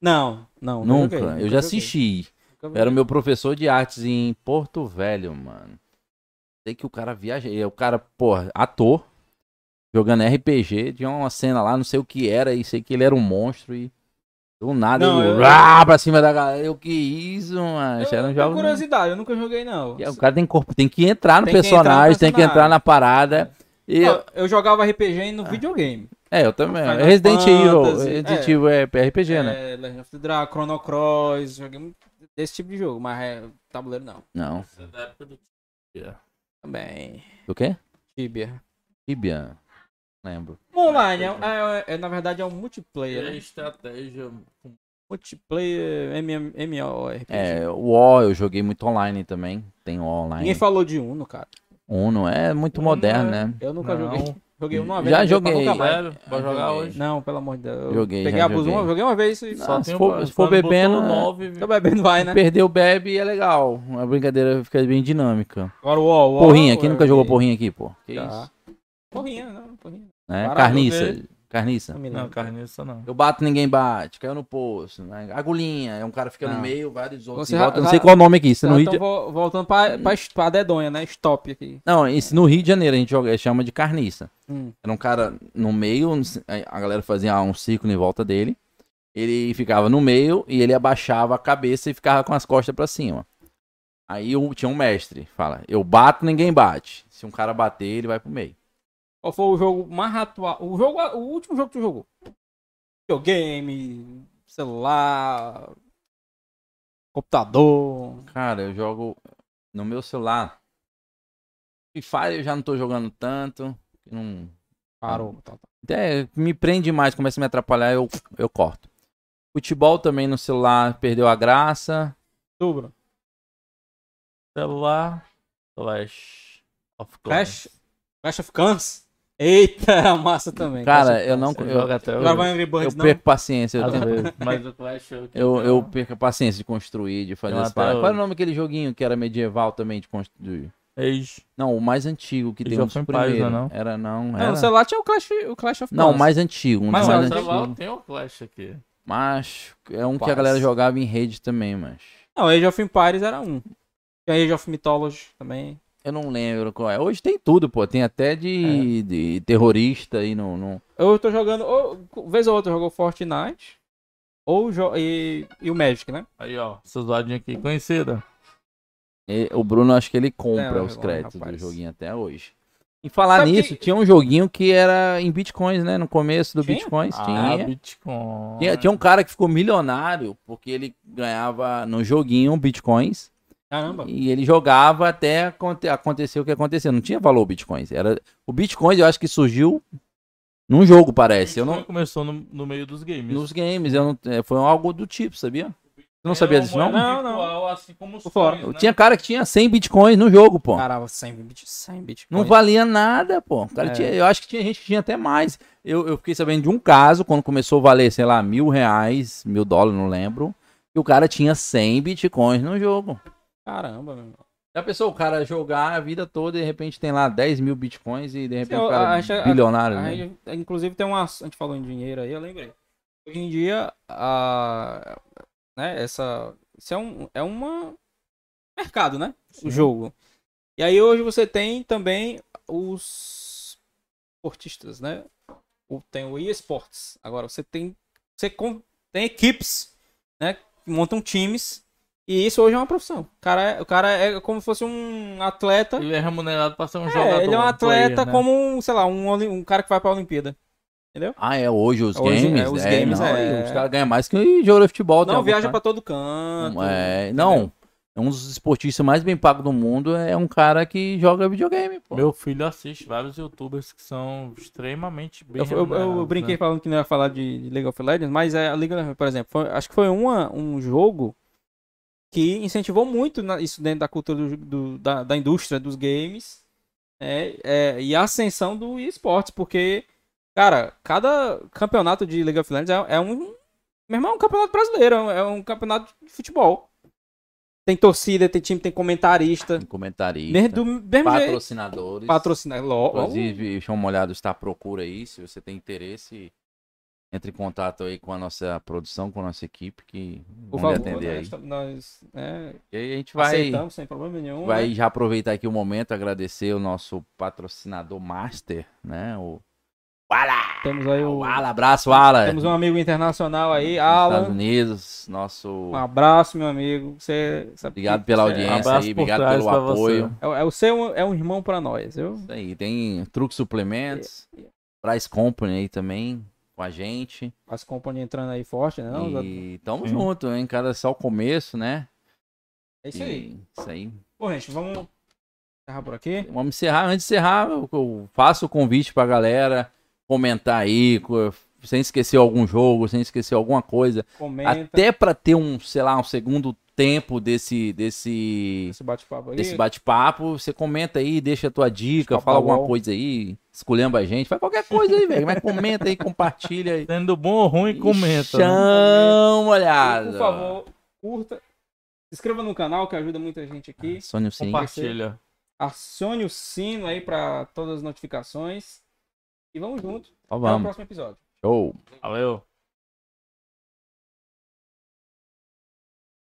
Speaker 1: Não, não.
Speaker 2: nunca.
Speaker 1: joguei,
Speaker 2: eu
Speaker 1: joguei.
Speaker 2: já assisti.
Speaker 1: Nunca
Speaker 2: Eu era o meu professor de artes em Porto Velho, mano. Sei que o cara viaja. e O cara, porra, ator. Jogando RPG, tinha uma cena lá, não sei o que era, e sei que ele era um monstro e. Do nada
Speaker 1: Não,
Speaker 2: ele.
Speaker 1: eu-
Speaker 2: Rá, pra cima da galera. Eu que isso, mano.
Speaker 1: Eu,
Speaker 2: Era um
Speaker 1: eu
Speaker 2: jogo-
Speaker 1: tenho curiosidade, eu nunca joguei, não.
Speaker 2: É, O cara tem corpo, tem que entrar no
Speaker 1: Tem que entrar no
Speaker 2: personagem, tem que
Speaker 1: personagem.
Speaker 2: entrar na parada. E
Speaker 1: Não, eu jogava RPG no videogame.
Speaker 2: é, eu também.
Speaker 1: Final
Speaker 2: Resident Evil,
Speaker 1: Fantasy,
Speaker 2: Resident Evil é RPG, né?
Speaker 1: É, Legend of the Dragon, Chrono Cross, joguei muito desse tipo de jogo, mas é, tabuleiro não.
Speaker 2: Não.
Speaker 1: Também.
Speaker 2: Do quê?
Speaker 1: Tibia.
Speaker 2: Tibia. Lembro.
Speaker 1: Online, é, é- é- na verdade é um multiplayer. né?
Speaker 3: estratégia.
Speaker 1: Multiplayer MM MMORPG.
Speaker 2: É, o O eu joguei muito online também. Tem O online.
Speaker 1: Ninguém falou de Uno, cara.
Speaker 2: Uno é muito
Speaker 3: Uno
Speaker 2: moderno,
Speaker 3: é-
Speaker 2: né?
Speaker 1: Eu nunca
Speaker 3: Não.
Speaker 1: joguei. Joguei Uno uma vez.
Speaker 2: Já
Speaker 1: não deu pra
Speaker 2: joguei.
Speaker 1: nunca mais.
Speaker 3: Sério? Vai jogar
Speaker 2: joguei.
Speaker 3: hoje?
Speaker 1: Não, pelo amor de Deus. Eu
Speaker 2: Joguei,
Speaker 1: Peguei
Speaker 2: já
Speaker 1: abuso
Speaker 2: joguei.
Speaker 1: uma, joguei uma vez e.
Speaker 2: Não, se
Speaker 3: um
Speaker 2: for-
Speaker 3: bar-
Speaker 2: se for
Speaker 3: quando botou
Speaker 2: bebendo,
Speaker 3: no
Speaker 2: é-
Speaker 3: nove, viu?
Speaker 1: Tô bebendo, vai, né?
Speaker 2: Perdeu o bebe e é legal. A brincadeira fica bem dinâmica.
Speaker 1: Agora o ó, o é ó,
Speaker 2: Porrinha, quem nunca
Speaker 1: eu
Speaker 2: jogou
Speaker 1: joguei.
Speaker 2: porrinha aqui, pô? Que
Speaker 1: Já.
Speaker 2: isso?
Speaker 1: Porrinha, não, porrinha.
Speaker 2: Né?
Speaker 1: Barato,
Speaker 2: Carniça. Carniça.
Speaker 1: Não me
Speaker 3: Não,
Speaker 1: lembro.
Speaker 3: carniça não.
Speaker 2: Eu bato, ninguém bate, caiu no poço. Né? Agulhinha, é um cara fica
Speaker 1: Não.
Speaker 2: no meio, vários outros.
Speaker 1: Você
Speaker 2: em
Speaker 1: já-
Speaker 2: volta, eu não
Speaker 1: já-
Speaker 2: sei qual o nome aqui. Isso
Speaker 1: Tá,
Speaker 2: no Rio
Speaker 1: então,
Speaker 2: de... Hum.
Speaker 1: vo- voltando pra, pra, es- pra dedonha, né? Stop aqui.
Speaker 2: Não, isso no Rio de Janeiro a gente joga, chama de carniça.
Speaker 1: Hum.
Speaker 2: Era um cara no meio, a galera fazia um círculo em volta dele. Ele ficava no meio e ele abaixava a cabeça e ficava com as costas pra cima. Aí o- tinha um mestre, fala, eu bato, ninguém bate. Se um cara bater, ele vai pro meio.
Speaker 1: Qual foi o jogo mais atual? O, jogo, o último jogo que tu jogou? Videogame, celular, computador.
Speaker 2: Cara, eu jogo no meu celular. Free Fire eu já não tô jogando tanto. Não,
Speaker 1: Parou. Tá, tá.
Speaker 2: É, me prende mais, começa a me atrapalhar, eu, eu corto. Futebol também no celular perdeu a graça.
Speaker 1: Tu, Bruno?
Speaker 3: Celular. Flash. Of Clans.
Speaker 1: Clash? Clash of Clans? Eita, era massa também.
Speaker 2: Cara,
Speaker 1: Clash of
Speaker 2: eu
Speaker 1: Clans.
Speaker 2: não.
Speaker 3: Você
Speaker 2: Eu,
Speaker 3: joga até
Speaker 1: Agora vai
Speaker 3: hoje.
Speaker 1: Angry Birds,
Speaker 2: eu
Speaker 1: não?
Speaker 2: perco paciência. Eu,
Speaker 3: Às
Speaker 2: tenho-
Speaker 3: vezes. Mas o Clash eu.
Speaker 2: eu, eu perco a paciência de construir, de fazer
Speaker 3: Então, Eu
Speaker 2: as
Speaker 3: até
Speaker 2: paradas.
Speaker 3: hoje.
Speaker 2: Qual era o nome daquele joguinho que era medieval também de construir?
Speaker 3: Ex.
Speaker 2: Não, o mais antigo que
Speaker 3: Ele
Speaker 2: tem
Speaker 3: já
Speaker 2: uns
Speaker 3: foi em paz,
Speaker 2: primeiros.
Speaker 3: não é não?
Speaker 2: Era não,
Speaker 1: Não,
Speaker 2: era.
Speaker 1: no celular tinha o Clash, o Clash of Clans.
Speaker 2: Não, o mais antigo, um dos
Speaker 3: Mas
Speaker 2: mais
Speaker 3: o
Speaker 2: antigo.
Speaker 3: celular tem o Clash aqui.
Speaker 2: Mas é um que a
Speaker 1: Paz.
Speaker 2: galera jogava em rede também, mas.
Speaker 1: Não, Age of Empires era um. Tinha Age of Mythology também.
Speaker 2: Eu não lembro qual é. Hoje tem tudo, pô. Tem até
Speaker 3: É.
Speaker 2: de, de terrorista aí no, no-
Speaker 1: Eu tô jogando, ou, vez ou outra, jogou Fortnite. ou jo- e, e o Magic, né?
Speaker 3: Aí, ó, essas zoadinhas aqui conhecida.
Speaker 2: E o Bruno, acho que ele compra
Speaker 1: É,
Speaker 2: os
Speaker 1: ó,
Speaker 2: créditos
Speaker 1: rapaz.
Speaker 2: do joguinho até hoje. Em falar
Speaker 1: Sabe
Speaker 2: nisso,
Speaker 1: que-
Speaker 2: tinha um joguinho que era em bitcoins, né? No começo do
Speaker 1: Tinha?
Speaker 2: bitcoins.
Speaker 3: Ah,
Speaker 1: é.
Speaker 2: tinha.
Speaker 3: Bitcoin.
Speaker 2: tinha. Tinha um cara que ficou milionário porque ele ganhava no joguinho bitcoins
Speaker 1: Caramba.
Speaker 2: e ele jogava até aconte- acontecer o que aconteceu. Não tinha valor bitcoins. Era... O bitcoins eu acho que surgiu num jogo, parece. Eu não...
Speaker 3: Começou no, no meio dos games.
Speaker 2: Nos games, eu não... é, foi algo do tipo, sabia? Você não sabia disso, não?
Speaker 1: Não,
Speaker 3: Não,
Speaker 1: não.
Speaker 3: não. um Assim como os
Speaker 1: Fora.
Speaker 3: sonhos, né?
Speaker 2: Tinha cara que tinha 100 bitcoins no jogo, pô.
Speaker 1: Caramba, 100 bit, 100
Speaker 2: Não
Speaker 1: bitcoins.
Speaker 2: valia nada, pô. O cara
Speaker 1: É.
Speaker 2: tinha- eu acho que tinha gente que tinha até mais. Eu, eu fiquei sabendo de um caso, quando começou a valer, sei lá, mil reais, mil dólares, não lembro. E o cara tinha 100 bitcoins no jogo.
Speaker 1: Caramba, meu irmão.
Speaker 2: Já pensou o cara jogar a vida toda e de repente tem lá 10 mil bitcoins e de repente
Speaker 1: Eu
Speaker 2: o cara
Speaker 1: acho-
Speaker 2: é bilionário,
Speaker 1: Aí,
Speaker 2: né?
Speaker 1: inclusive tem uma. A gente falou em dinheiro aí, eu lembrei. Hoje em dia, a, né, essa. Isso é um é uma mercado, né? O jogo. E aí hoje você tem também os esportistas, né? O- Tem o eSports. Agora você tem. Você com- tem equipes, né? Que montam times. E isso hoje é uma profissão. O cara é, o cara é como se fosse um atleta.
Speaker 3: Ele é remunerado pra ser um jogador.
Speaker 1: É, ele é um
Speaker 3: um
Speaker 1: atleta
Speaker 3: player, né?
Speaker 1: como, um, sei lá, um, oli- um cara que vai pra Olimpíada.
Speaker 2: Ah, é hoje os
Speaker 1: Hoje,
Speaker 2: games?
Speaker 1: é, os games, é.
Speaker 2: Os caras ganham mais que jogo de futebol. tem
Speaker 1: Não
Speaker 2: algum
Speaker 1: viaja
Speaker 2: cara-
Speaker 1: pra todo canto.
Speaker 2: É, não. É um dos esportistas mais bem pagos do mundo é um cara que joga videogame, pô.
Speaker 3: Meu filho assiste vários youtubers que são extremamente bem
Speaker 1: Eu, eu, eu
Speaker 3: remunerados,
Speaker 1: brinquei
Speaker 3: né?
Speaker 1: falando que não ia falar de, de League of Legends, mas é, a Liga, por exemplo, foi- acho que foi uma, um jogo que incentivou muito na- isso dentro da cultura do- do- da, da indústria dos games né, é, e a ascensão do esportes, porque, cara, cada campeonato de League of Legends é, é um. Meu irmão, é um campeonato brasileiro, é um- é um campeonato de futebol. Tem torcida, tem time, tem comentarista.
Speaker 2: Tem Comentarista.
Speaker 1: Mesmo, do mesmo jeito. é
Speaker 2: patrocinadores.
Speaker 1: Patrocinar. Logo.
Speaker 2: Inclusive, deixa uma olhada, está à procura aí. Se você tem interesse, entre em contato aí com a nossa produção, com a nossa equipe, que
Speaker 1: Por
Speaker 2: vão lhe
Speaker 1: favor,
Speaker 2: atender aí.
Speaker 1: nós, né? nós é,
Speaker 2: E aí a gente vai,
Speaker 1: aceitamos sem problema nenhum.
Speaker 2: vai
Speaker 1: né?
Speaker 2: já aproveitar aqui o momento, agradecer o nosso patrocinador master, né? O Wala!
Speaker 1: Temos aí o.
Speaker 2: Wala, abraço, Wala!
Speaker 1: Temos um amigo internacional aí,
Speaker 2: Estados
Speaker 1: Alan.
Speaker 2: Unidos, nosso...
Speaker 1: Um abraço, meu amigo. Você sabe que
Speaker 2: Obrigado pela
Speaker 1: você-
Speaker 2: audiência
Speaker 3: Abraço
Speaker 2: aí,
Speaker 3: por
Speaker 2: obrigado
Speaker 3: trás
Speaker 2: pelo
Speaker 3: pra você.
Speaker 2: apoio.
Speaker 1: É, é, o seu é um irmão pra nós, viu?
Speaker 2: Isso aí, tem Truque Suplementos, Price Company aí também, com a gente.
Speaker 1: As companhias entrando aí forte, né? Não,
Speaker 2: e tamo
Speaker 3: Sim.
Speaker 2: junto, hein? Cada só o começo, né?
Speaker 1: É isso aí.
Speaker 2: E Isso aí.
Speaker 1: Bom, gente, vamos encerrar por aqui.
Speaker 2: Vamos encerrar. Antes de encerrar, eu, eu faço o convite pra galera comentar aí, co- sem esquecer algum jogo, sem esquecer alguma coisa.
Speaker 1: Comenta
Speaker 2: Até pra ter um, sei lá, um segundo tempo desse desse
Speaker 1: esse bate-papo aí.
Speaker 2: desse bate-papo, você comenta aí, deixa a tua dica,
Speaker 1: Papo
Speaker 2: fala
Speaker 1: da
Speaker 2: alguma
Speaker 1: UOL.
Speaker 2: coisa aí, esculhamba a gente, faz qualquer coisa aí, velho, mas comenta aí, compartilha aí.
Speaker 3: Sendo bom ou ruim, comenta. né?
Speaker 2: Chama,
Speaker 1: E,
Speaker 2: olhada.
Speaker 1: por favor, curta. Se inscreva no canal que ajuda muita gente aqui.
Speaker 2: Sônia Sim.
Speaker 3: Compartilha.
Speaker 2: Ah,
Speaker 1: Acione o sino aí pra todas as notificações. E vamos junto. Até o
Speaker 2: Ó, Então vamos.
Speaker 1: próximo episódio.
Speaker 2: Show.
Speaker 3: Valeu.